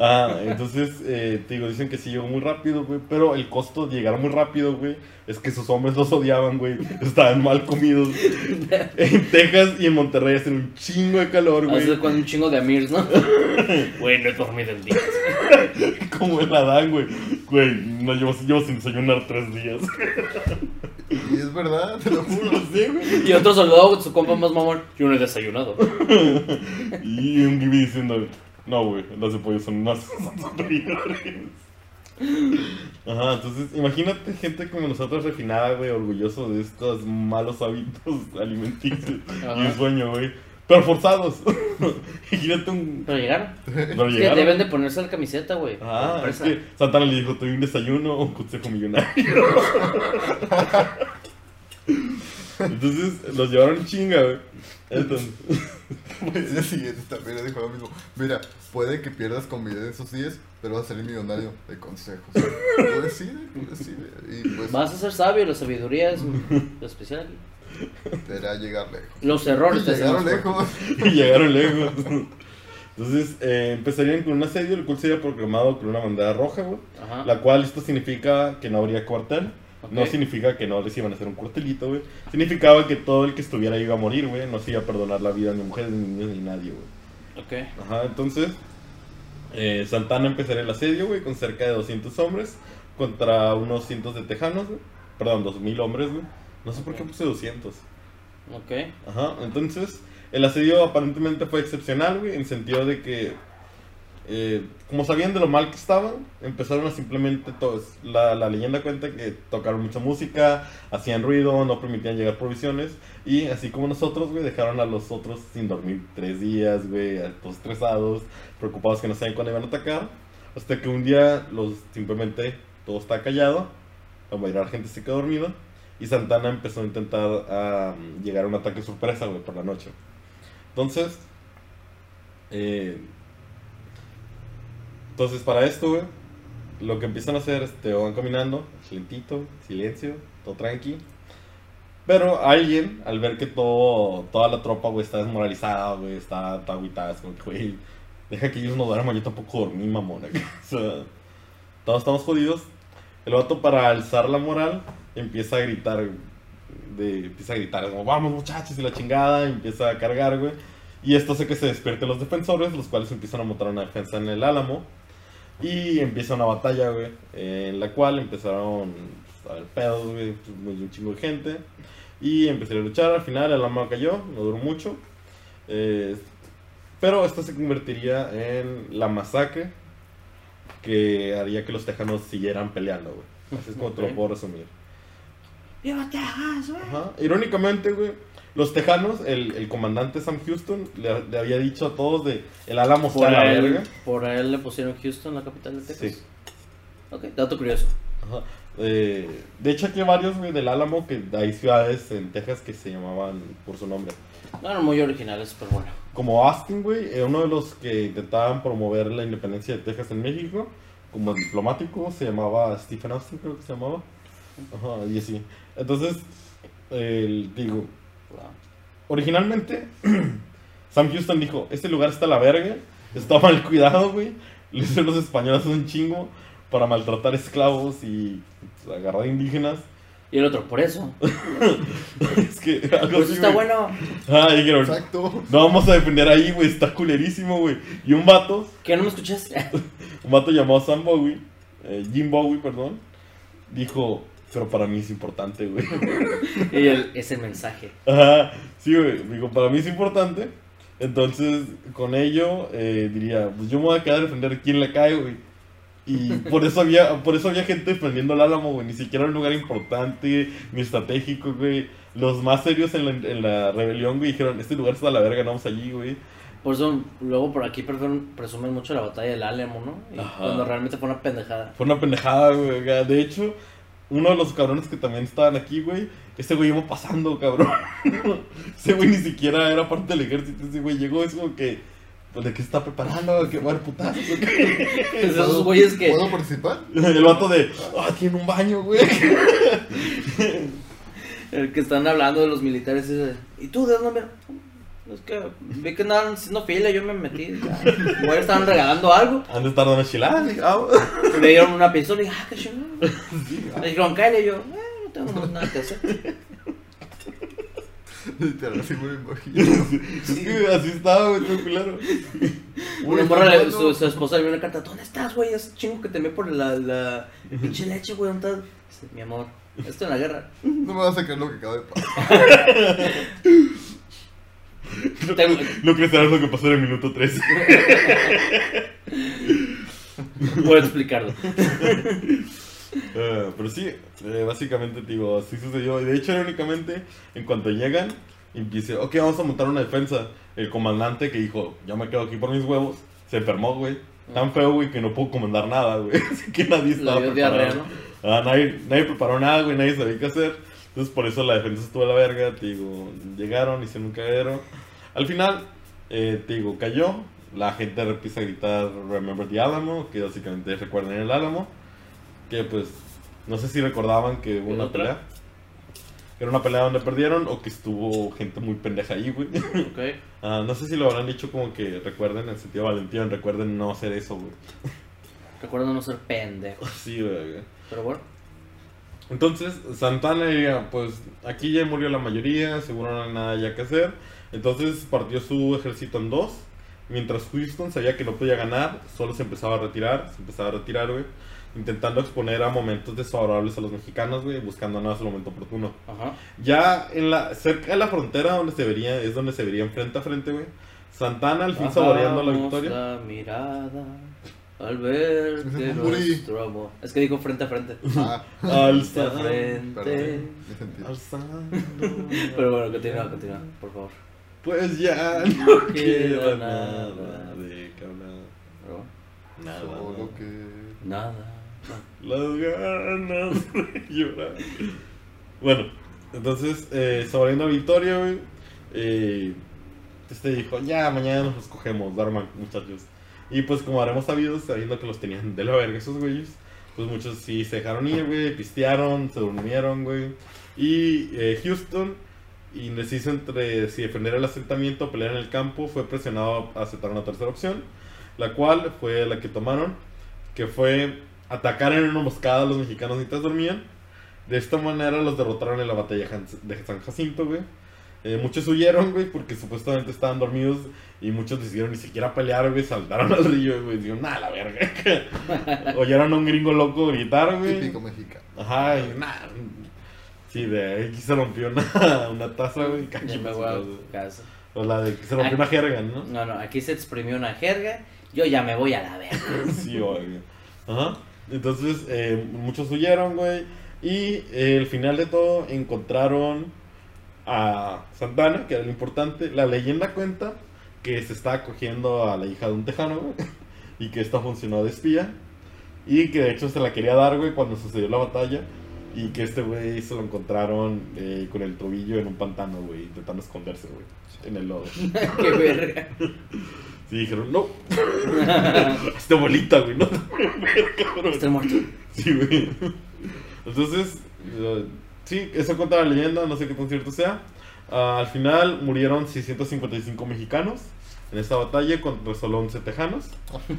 Ah, entonces, eh, te digo, dicen que sí llegó muy rápido, güey, pero el costo de llegar muy rápido, güey, es que sus hombres los odiaban, güey, estaban mal comidos. En Texas y en Monterrey hacen un chingo de calor,
Hace
güey,
con un chingo de Amirs, ¿no? Bueno, he dormido el día.
como el Adán, güey. Güey, no llevo, llevo sin desayunar tres días.
Y es verdad, te lo juro.
No sé, güey.
Y otro soldado, su compa más mamón, yo no he desayunado.
Y un gibi diciendo, no, güey, las de pollo son unas *laughs* superiores. Ajá, entonces imagínate gente como nosotros refinada, güey, orgulloso de estos malos hábitos alimenticios y un
Ajá.
sueño, güey. Pero forzados. *laughs* Imagínate un...
Pero llegaron.
Pero
Es que deben
llegaron.
de ponerse la camiseta, güey.
Ah, es
Empresa.
que Santana le dijo, te doy un desayuno o un consejo millonario. Entonces los llevaron en chinga, güey. Entonces...
Pues, El día siguiente también le dijo lo mismo. Mira, puede que pierdas con vida en esos días, pero vas a salir millonario de consejos. Tú decides, tú decides. Y pues
Vas a ser sabio, la sabiduría es lo especial aquí.
te hará llegar lejos.
Los
Pues
errores
Y
te hacen
llegaron
más
lejos.
*laughs*
*laughs* y llegaron lejos. Entonces eh, empezarían con un asedio, el cual sería proclamado con una bandera roja, güey.
fuerte. Ajá.
¿eh? La cual esto significa que no habría cuartel.
Ah. ok.
No significa que no les iban a hacer un cuartelito, güey. Significaba que todo el que estuviera ahí iba a morir, güey. No se iba a perdonar la vida ni mujeres, ni niños, ni nadie, güey.
Ok.
Ajá, entonces eh, Santana empezaría el asedio, güey, con cerca de 200 hombres contra unos cientos de tejanos, güey. Perdón, 2000 hombres, güey. No sé por qué puse 200.
Ok.
Ajá, entonces el asedio aparentemente fue excepcional, güey, en sentido de que, eh, como sabían de lo mal que estaban, empezaron a simplemente, to- la, la leyenda cuenta que tocaron mucha música, hacían ruido, no permitían llegar provisiones, y así como nosotros, güey, dejaron a los otros sin dormir tres días, güey, a- todos estresados, preocupados que no sabían cuándo iban a atacar, hasta que un día los simplemente todo está callado, la mayoría de la gente se quedó dormida. Y Santana empezó a intentar a um, llegar a un ataque sorpresa, güey, por la noche. Entonces, eh, entonces para esto, güey, lo que empiezan a hacer es te van caminando, lentito, silencio, todo tranqui. Pero alguien, al ver que todo, toda la tropa, güey, está desmoralizada, güey, está, está agüitada, es como que, güey, deja que ellos no duerman, yo tampoco dormí, mamona. *laughs* o sea, todos estamos jodidos. El vato para alzar la moral empieza a gritar, de, empieza a gritar, como, vamos muchachos y la chingada, y empieza a cargar, güey. Y esto hace que se despierten los defensores, los cuales empiezan a montar una defensa en el álamo. Y empieza una batalla, güey, en la cual empezaron pues, a haber pedos, güey, pues, muy- un chingo de gente. Y empezaron a luchar, al final el álamo cayó, no duró mucho. Eh, pero esto se convertiría en la masacre que haría que los tejanos siguieran peleando, güey. Así es como te
Ok.
lo puedo resumir.
¡Viva Texas, güey!
Ajá. Irónicamente, güey, los tejanos, el, el comandante Sam Houston le, le había dicho a todos de el álamo está
Por
a la
él,
verga.
por él le pusieron Houston, la capital de Texas.
Sí.
Ok, dato curioso.
Ajá. Eh, de hecho, aquí hay varios, güey, del Álamo, que hay ciudades en Texas que se llamaban por su nombre.
No, no, muy original, es súper bueno.
Como Austin, güey, era uno de los que intentaban promover la independencia de Texas en México. Como diplomático, se llamaba Stephen Austin, creo que se llamaba. Ajá, y así. Entonces, el, digo,
Wow.
originalmente, *clears throat* Sam Houston dijo: Este lugar está a la verga, está mal cuidado, güey. Lo hicieron los españoles un chingo para maltratar esclavos y pues, agarrar indígenas. *laughs*
Y el otro, por eso.
es que algo
Pues
así,
está
güey.
bueno.
Ah, dijeron,
Exacto.
no vamos a defender ahí, güey, está culerísimo, güey. Y un vato,
¿Que no me
*laughs*
escuchaste?
un vato llamado Sam Bowie, eh, Jim Bowie, perdón, dijo, pero para mí es importante, güey. *laughs*
y el, es el mensaje.
Ajá, sí, güey, digo, para mí es importante. Entonces, con ello, eh, diría, pues yo me voy a quedar a defender quién le cae, güey. Y por eso había, por eso había gente defendiendo el Álamo, güey. Ni siquiera era un lugar importante, ni estratégico, güey. Los más serios en la, en la rebelión, güey, dijeron, este lugar está a la verga, no vamos allí, güey.
Por eso, luego por aquí prefieren- presumen mucho la batalla del Álamo, ¿no? Y
Ajá.
Cuando realmente fue una
*laughs*
pendejada.
Fue una pendejada, güey. acá. De hecho, uno de los cabrones que también estaban aquí, güey, ese güey iba pasando, cabrón. *laughs* ese güey ni siquiera era parte del ejército. Ese güey llegó, es como que, pues, ¿de qué está preparando? ¿Qué va a dar putazos? *laughs* o qué?
Es de esos güeyes que.
¿Puedo participar?
El vato de, ah, tiene un baño, güey. *laughs*
El eh, que están hablando de los militares ese, ¿Y tú de dónde? me-?" Es que vi que andaban haciendo fila, yo me metí. ya. Güey, estaban regalando algo.
Han de estar dando chiladas. dije, ah,
Me dieron una pistola y dije, ah, qué
*laughs*
chingón. Me dijeron, cállate. Y yo, "Eh, no tengo más nada que hacer.
Literal, así me lo imagino.
*laughs* sí, güey, así estaba, güey, todo culero.
Una
Uy,
morra, le-
no,
su,
no.
su esposa le vio una carta, ¿dónde estás, güey? Ese chingo que te envié por la, la pinche leche, güey, ¿dónde estás? Dice, mi amor, esto en la guerra.
No me vas a creer lo que acaba de pasar.
*laughs* No,
Tengo-
no crees que era lo que pasó en el minuto 3.
Puedo
*laughs*
explicarlo.
Eh, pero sí, eh, básicamente te digo, así sucedió. Y de hecho, irónicamente, en cuanto llegan, empieza, ok, vamos a montar una defensa. El comandante que dijo, yo me quedo aquí por mis huevos, se enfermó, güey. Tan feo, güey, que no pudo comandar nada, güey. *laughs* Así que nadie
La
estaba
Ah. dio diarrea,
preparado.
¿no?
Ah, nadie, nadie preparó nada, güey, nadie sabía qué hacer. Entonces, por eso la defensa estuvo a la verga, te digo, llegaron, hicieron un cagadero. Al final, eh, te digo, cayó. La gente empieza a gritar Remember the Alamo, que básicamente es recuerden el Álamo. Que pues, no sé si recordaban que hubo
¿Qué
una
otra?
pelea. Era una pelea donde perdieron o que estuvo gente muy pendeja ahí, güey. *laughs*
Ok.
Ah, no sé si lo habrán dicho como que recuerden en sentido valentía, recuerden no hacer eso, güey.
Recuerdo no ser pendejo.
*laughs* Sí, güey. güey.
Pero bueno,
Entonces, Santana diría, pues aquí ya murió la mayoría, seguro no hay nada ya que hacer. Entonces partió su ejército en dos. Mientras Houston sabía que no podía ganar, solo se empezaba a retirar, se empezaba a retirar, güey. Intentando exponer a momentos desfavorables a los mexicanos, güey, buscando nada el momento oportuno.
ajá.
Ya en la, cerca de la frontera donde se vería, es donde se verían frente a frente, güey. Santana al fin saboreando la
Bajamos
victoria.
La mirada al verte
Ese fue Muri.
nuestro amor. Es que dijo frente a
*laughs*
frente.
Ah,
Frente a
Alza.
frente.
perdón. eh, Me sentí.
Alzando.
Pero bueno, continúa, continúa, por favor.
Pues ya no
queda
queda
nada
nada de que hablar.
Pero bueno,
Nada.
Solo que.
nada.
Las ganas de *laughs* llorar. Bueno, entonces, eh, saboreando la victoria, güey. eh, este dijo, ya, mañana nos los cogemos, Dharma, muchachos. Y pues como habremos sabido, sabiendo que los tenían de la verga esos güeyes, pues muchos sí se dejaron ir, güey, pistearon, se durmieron, güey. Y eh, Houston, indeciso entre si defender el asentamiento o pelear en el campo, fue presionado a aceptar una tercera opción, la cual fue la que tomaron, que fue atacar en una emboscada a los mexicanos mientras dormían. De esta manera los derrotaron en la batalla Jan- de San Jacinto, güey. Eh, muchos huyeron, güey, porque supuestamente estaban dormidos y muchos decidieron ni siquiera pelear, güey, saltaron al río, güey, dijeron, nada, la verga. *laughs* Oyeron a un gringo loco gritar, güey.
Típico mexicano. *laughs*
Ajá, y nada. Sí, de aquí se rompió una, una taza, güey.
Ya me voy a casa.
O la de que se rompió una jerga, ¿no?
No, no, aquí se exprimió una jerga. Yo ya me voy a la verga.
Sí, obvio. Ajá. Entonces, eh, muchos huyeron, güey. Y eh, el final de todo encontraron a Santana, que era lo importante. La leyenda cuenta *laughs* que se estaba cogiendo a la hija de un tejano, güey. Y que esta funcionó de espía. Y que de hecho se la quería dar, güey, cuando sucedió la batalla. Y que este güey se lo encontraron eh, con el tobillo en un pantano, güey, intentando esconderse, güey, en el lodo.
*laughs* Qué verga.
Y dijeron, no, esta bolita, güey, no te puedo ver, cabrón.
Está muerto.
Sí, güey. Entonces, eh, sí, eso cuenta la leyenda, no sé qué tan cierto sea. Ah, al final murieron 655 mexicanos en esta batalla contra solo 11 tejanos.
*laughs*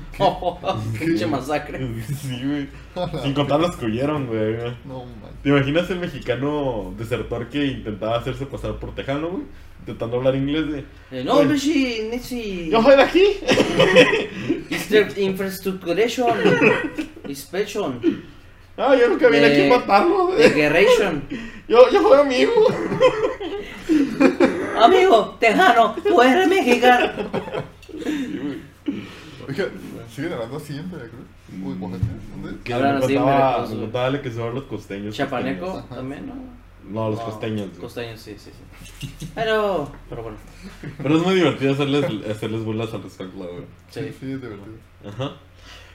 Pinche masacre.
Sí, güey.
Ah.
Sin contar los que huyeron, güey.
No, man.
¿Te imaginas el mexicano desertor que intentaba hacerse pasar por tejano, güey? Intentando hablar inglés de...
Eh, No, Messi, Messi.
¡Yo soy de aquí!
Instru-
*laughs*
Infraestructuration. Inspection.
¡Ah, yo nunca vine
Eh,
aquí a matarlo! eh. *laughs*
Degeration.
¡Yo, yo soy amigo!
Amigo, tejano, tú eres mexicano.
Oiga, siguen hablando así en Veracruz. Uy, Oaxaca, ¿dónde?
Que
Hablan
me
así en
contaba,
Veracruz,
me
güey.
contaba Ale que son los costeños.
Chapaneco
costeños.
también, ¿no?
No, los
No,
costeños. güey.
Costeño, sí, sí, sí. Pero, pero bueno,
Pero es muy divertido hacerles, hacerles burlas al respecto, güey.
sí.
Sí, es de verdad.
Ajá.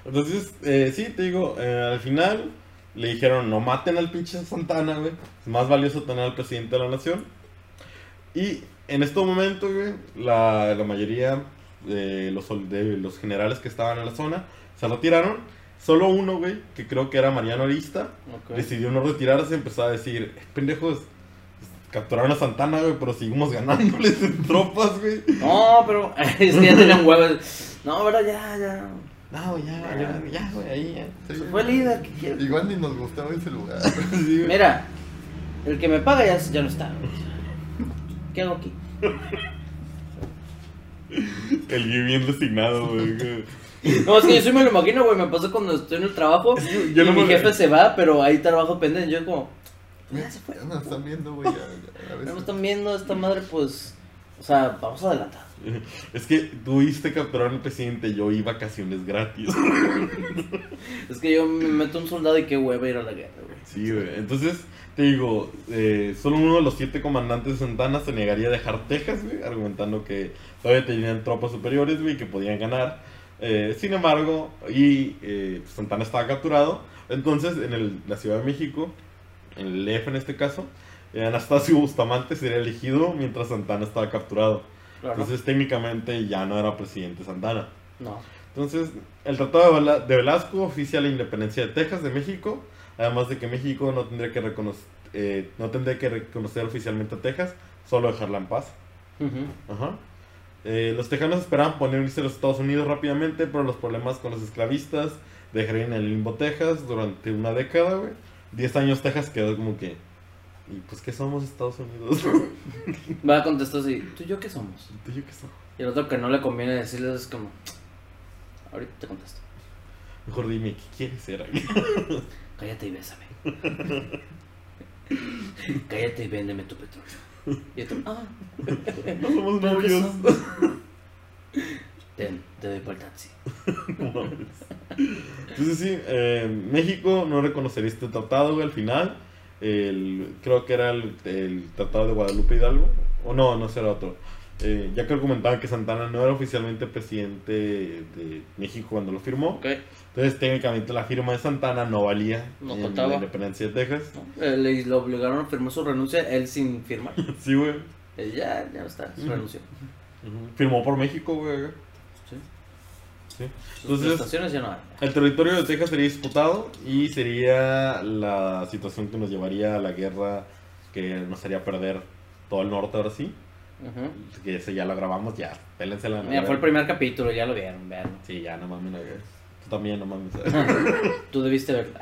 Entonces, eh, sí, te digo, eh, al final le dijeron, no maten al pinche Santana, güey. Es más valioso tener al presidente de la nación. Y en este momento, güey, la, la mayoría de los, sol- de los generales que estaban en la zona se retiraron. Solo uno, güey, que creo que era Mariano Arista,
ok.
decidió no retirarse y empezó a decir, "Eh, pendejos, capturaron a Santana, güey, pero seguimos ganándoles en tropas, güey.
No, pero *laughs* es que ya tenían huevos. No, verdad, ya, ya.
No, ya, ya, ya, güey, ahí, ya.
Sí.
Fue el líder, ¿qué quieres?
Igual ni nos gustaba ese lugar. *laughs*
Sí, güey.
Mira, el que me paga ya, ya no está. ¿Qué hago aquí?
El Gui bien resignado, güey. que-
No, es que yo sí me lo imagino, güey. Me pasó cuando estoy en el trabajo
*laughs* yo
y
no
mi
me-
jefe se va, pero ahí trabajo pendiente. Yo como,
Ya
ya se fue.
ya nos están viendo, güey. ya, ya, A
Pues,
Ya me
veces.
están viendo esta madre, pues. O sea, vamos adelantar.
Es que tuviste capturar al presidente, yo iba vacaciones gratis. *laughs*
Es que yo me meto un soldado y qué hueva ir a la guerra, güey.
Sí, güey. Entonces, te digo, eh, solo uno de los siete comandantes de Santana se negaría a dejar Texas, güey, argumentando que todavía tenían tropas superiores, güey, que podían ganar. Eh, sin embargo, y eh, pues, Santana estaba capturado. Entonces, en el- la Ciudad de México, en el EF en este caso, eh, Anastasio Bustamante sería elegido mientras Santana estaba capturado.
Claro.
Entonces técnicamente ya no era presidente Santana.
no.
Entonces el Tratado de Vela- de Velasco oficia la independencia de Texas de México, además de que México no tendría que, reconoc- eh, no tendría que reconocer oficialmente a Texas, solo dejarla en paz.
Ujú.
Ajá. Eh, los tejanos esperaban poner unirse a los Estados Unidos rápidamente, pero los problemas con los esclavistas dejarían en el limbo Texas durante una década, güey. Diez años Texas quedó como que... ¿Y pues qué somos Estados Unidos? *laughs*
Va a contestar así, ¿tú y yo qué somos?
¿Tú y yo qué somos?
Y el otro que no le conviene decirles es como, ahorita te contesto.
Mejor dime, ¿qué quieres ser aquí? *laughs*
Cállate y bésame. *laughs* Cállate y véndeme tu petróleo. Y otro, ah,
No somos
¿pero qué
novios.
somos? Ten, te doy por el taxi.
No mames. Entonces sí, eh, México no reconocería este tratado, güey, al final. El, creo que era el, el tratado de Guadalupe Hidalgo. O no, no será otro. Eh, ya que comentaba que Santana no era oficialmente presidente de México cuando lo firmó.
Ok,
Entonces técnicamente la firma de Santana no valía
No
en
contaba.
la independencia de Texas. *laughs*
¿no? Eh, le lo obligaron a firmar su renuncia, él sin *laughs* firmar.
Sí, güey.
Él ya, ya no está, su
Ujú.
renunció.
Ujú. Firmó por México, güey.
Sí.
Sí.
Sus
Entonces-
prestaciones ya no hay.
El territorio de Texas sería disputado y sería la situación que nos llevaría a la guerra que nos haría perder todo el norte ahora sí.
Ujú.
Que ese ya lo grabamos, ya. Pélense la
Mira, fue el primer capítulo, ya lo vieron, vean.
Sí, ya, no mames la guerra. Tú también, no mames. *laughs*
Tú debiste verlo.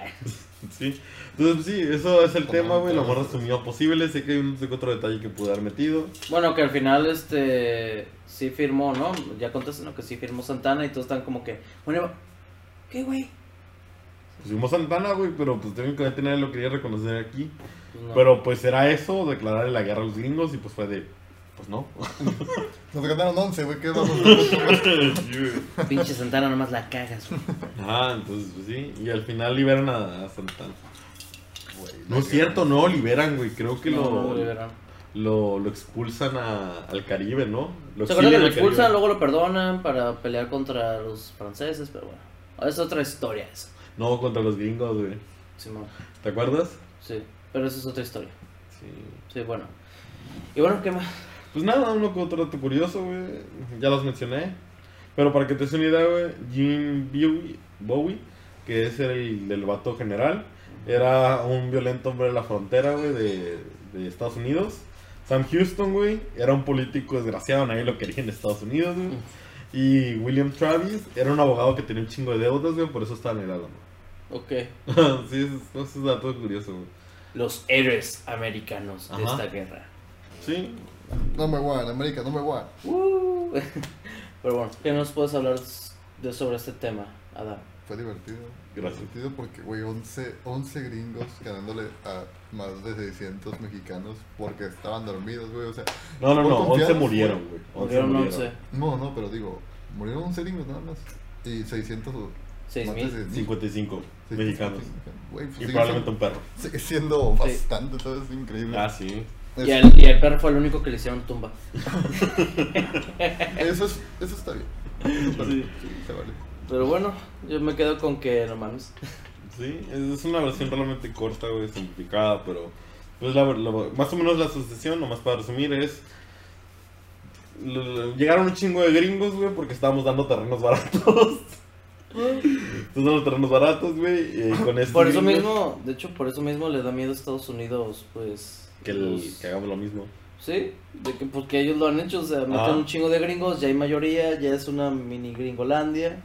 sí. Entonces, sí, eso es el
Como
tema, güey. Lo
todo.
más resumido posible. Sé que hay un otro detalle que pude haber metido. Pues
Bueno, que al final, este, sí firmó, ¿no? Ya contaste, ¿no? Que sí firmó Santana y todos están como que, bueno, ¿qué, güey?
Pusimos Santana, güey, pero pues técnicamente nadie lo quería reconocer aquí.
Pues no.
Pero pues era eso, declararle la guerra a los gringos y pues fue de. Pues no.
Nos ganaron 11, güey. ¿Qué vamos a
*laughs*
hacer?
Sí, güey.
Pinche Santana nomás la cagas, güey.
Ah, entonces pues sí. Y al final liberan a, a Santana.
Güey,
No es cierto, no lo liberan, güey. Creo que
No,
lo,
no lo liberaron.
lo, lo expulsan a- al Caribe, ¿no? Lo
¿Se acuerdan que
exilian
lo
al
expulsan,
Caribe.
luego lo perdonan para pelear contra los franceses? Pero bueno, es otra historia eso.
No, contra los gringos, güey.
Simón.
¿Te acuerdas?
Sí, pero eso es otra historia.
Sí.
Sí, bueno. Y bueno, ¿qué más?
Pues nada, uno que otro dato curioso, güey. Ya los mencioné. Pero para que te des una idea, güey, Jim Bowie, Bowie, que es el del vato general, era un violento hombre de la frontera, güey, de, de Estados Unidos. Sam Houston, güey, era un político desgraciado, nadie lo quería en Estados Unidos, güey. Y William Travis era un abogado que tenía un chingo de deudas, güey, por eso estaba en el Álamo.
Ok.
*laughs* sí, eso es, eso es un dato curioso, güey.
Los héroes americanos de
Ajá.
esta guerra.
Sí,
Number one, América, number one.
Uh. *laughs* Pero bueno, ¿qué nos puedes hablar de sobre este tema, Adam?
Fue divertido.
Gracias.
Divertido porque, güey, 11, 11 gringos ganándole a más de 600 mexicanos porque estaban dormidos, güey. O sea,
No, no,
Por
no, 11
confianza,
murieron, güey. 11
Murieron 11,
no, no, pero digo, murieron 11 gringos nada más. Y 600 o más
6 mil.
de 6,000.
55
600
mexicanos.
Güey, pues
Y
sigue
probablemente un perro.
siendo, sigue siendo bastante, todo es increíble.
Ah, sí.
Es-
Y el, y el perro fue el único que le hicieron tumba.
Eso, es, eso está bien. Eso está bien. Sí, se vale.
Pero bueno, yo me quedo con que, hermanos.
Sí, es- es una versión realmente corta, güey, simplificada, pero. Pues la, la- más o menos la sucesión, nomás para resumir, es. l- l- Llegaron un chingo de gringos, güey, porque estábamos dando terrenos baratos. Estábamos dando terrenos baratos, güey, y con esto.
Por eso mismo, de hecho, por eso mismo le da miedo a Estados Unidos, pues.
Que, el-
los-
que hagamos lo mismo.
Sí, de que, porque ellos lo han hecho, o sea, meten
Ah.
un chingo de gringos, ya hay mayoría, ya es una mini gringolandia.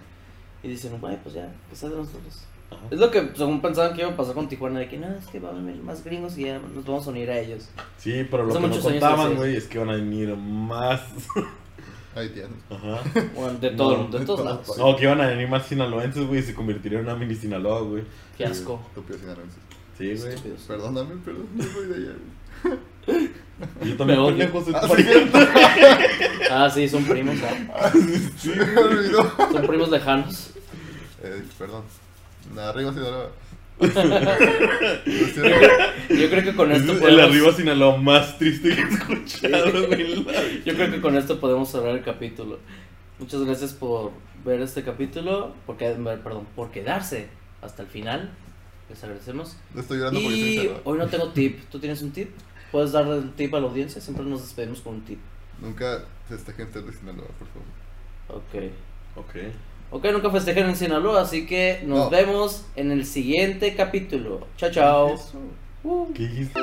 Y dicen, güey, pues ya, que sea de nosotros.
Ajá.
Es lo que según pensaban que iba a pasar con Tijuana, de que no, es que van a venir más gringos y ya nos vamos a unir a ellos.
*laughs* Sí, pero lo
Hace
que nos
muchos años
contaban,
hace.
güey, es que iban a venir más.
Haitianos.
Ajá.
Bueno, de todo,
No,
el- de,
de
todos
todas
lados.
*laughs*
partes.
No, que iban a venir más sinaloenses, güey, y se convirtieron en una mini Sinaloa, güey.
Qué asco.
Estúpidos sinaloenses.
Sí, güey.
Estúpidos.
Perdóname, perdón, no soy de
*laughs*
allá. güey.
Yo también
Me odio.
pendejo soy tu
Ah, sí,
pariente.
*laughs* Ah, sí, son primos, ah,
Se me olvidó.
son primos lejanos.
Eh, perdón. Nada, arriba *laughs* Sinaloa. Lo siento.
Yo creo que con
Es
esto
el
podemos,
arriba Sinaloa más triste que he escuchado, güey.
yo creo que con esto podemos cerrar el capítulo. Muchas gracias por ver este capítulo, porque, perdón, por quedarse hasta el final. Les agradecemos.
No estoy llorando porque soy
Y
Sinaloa.
hoy no tengo tip. ¿Tú tienes un tip? ¿Puedes darle un tip a la audiencia? Siempre nos despedimos con un tip.
Nunca festejen ser de Sinaloa, por favor.
Ok.
Ok.
Ok, nunca festejan en Sinaloa, así que nos
No.
vemos en el siguiente capítulo. Chao, chao.
Eso.
Uh.
¿Qué dijiste?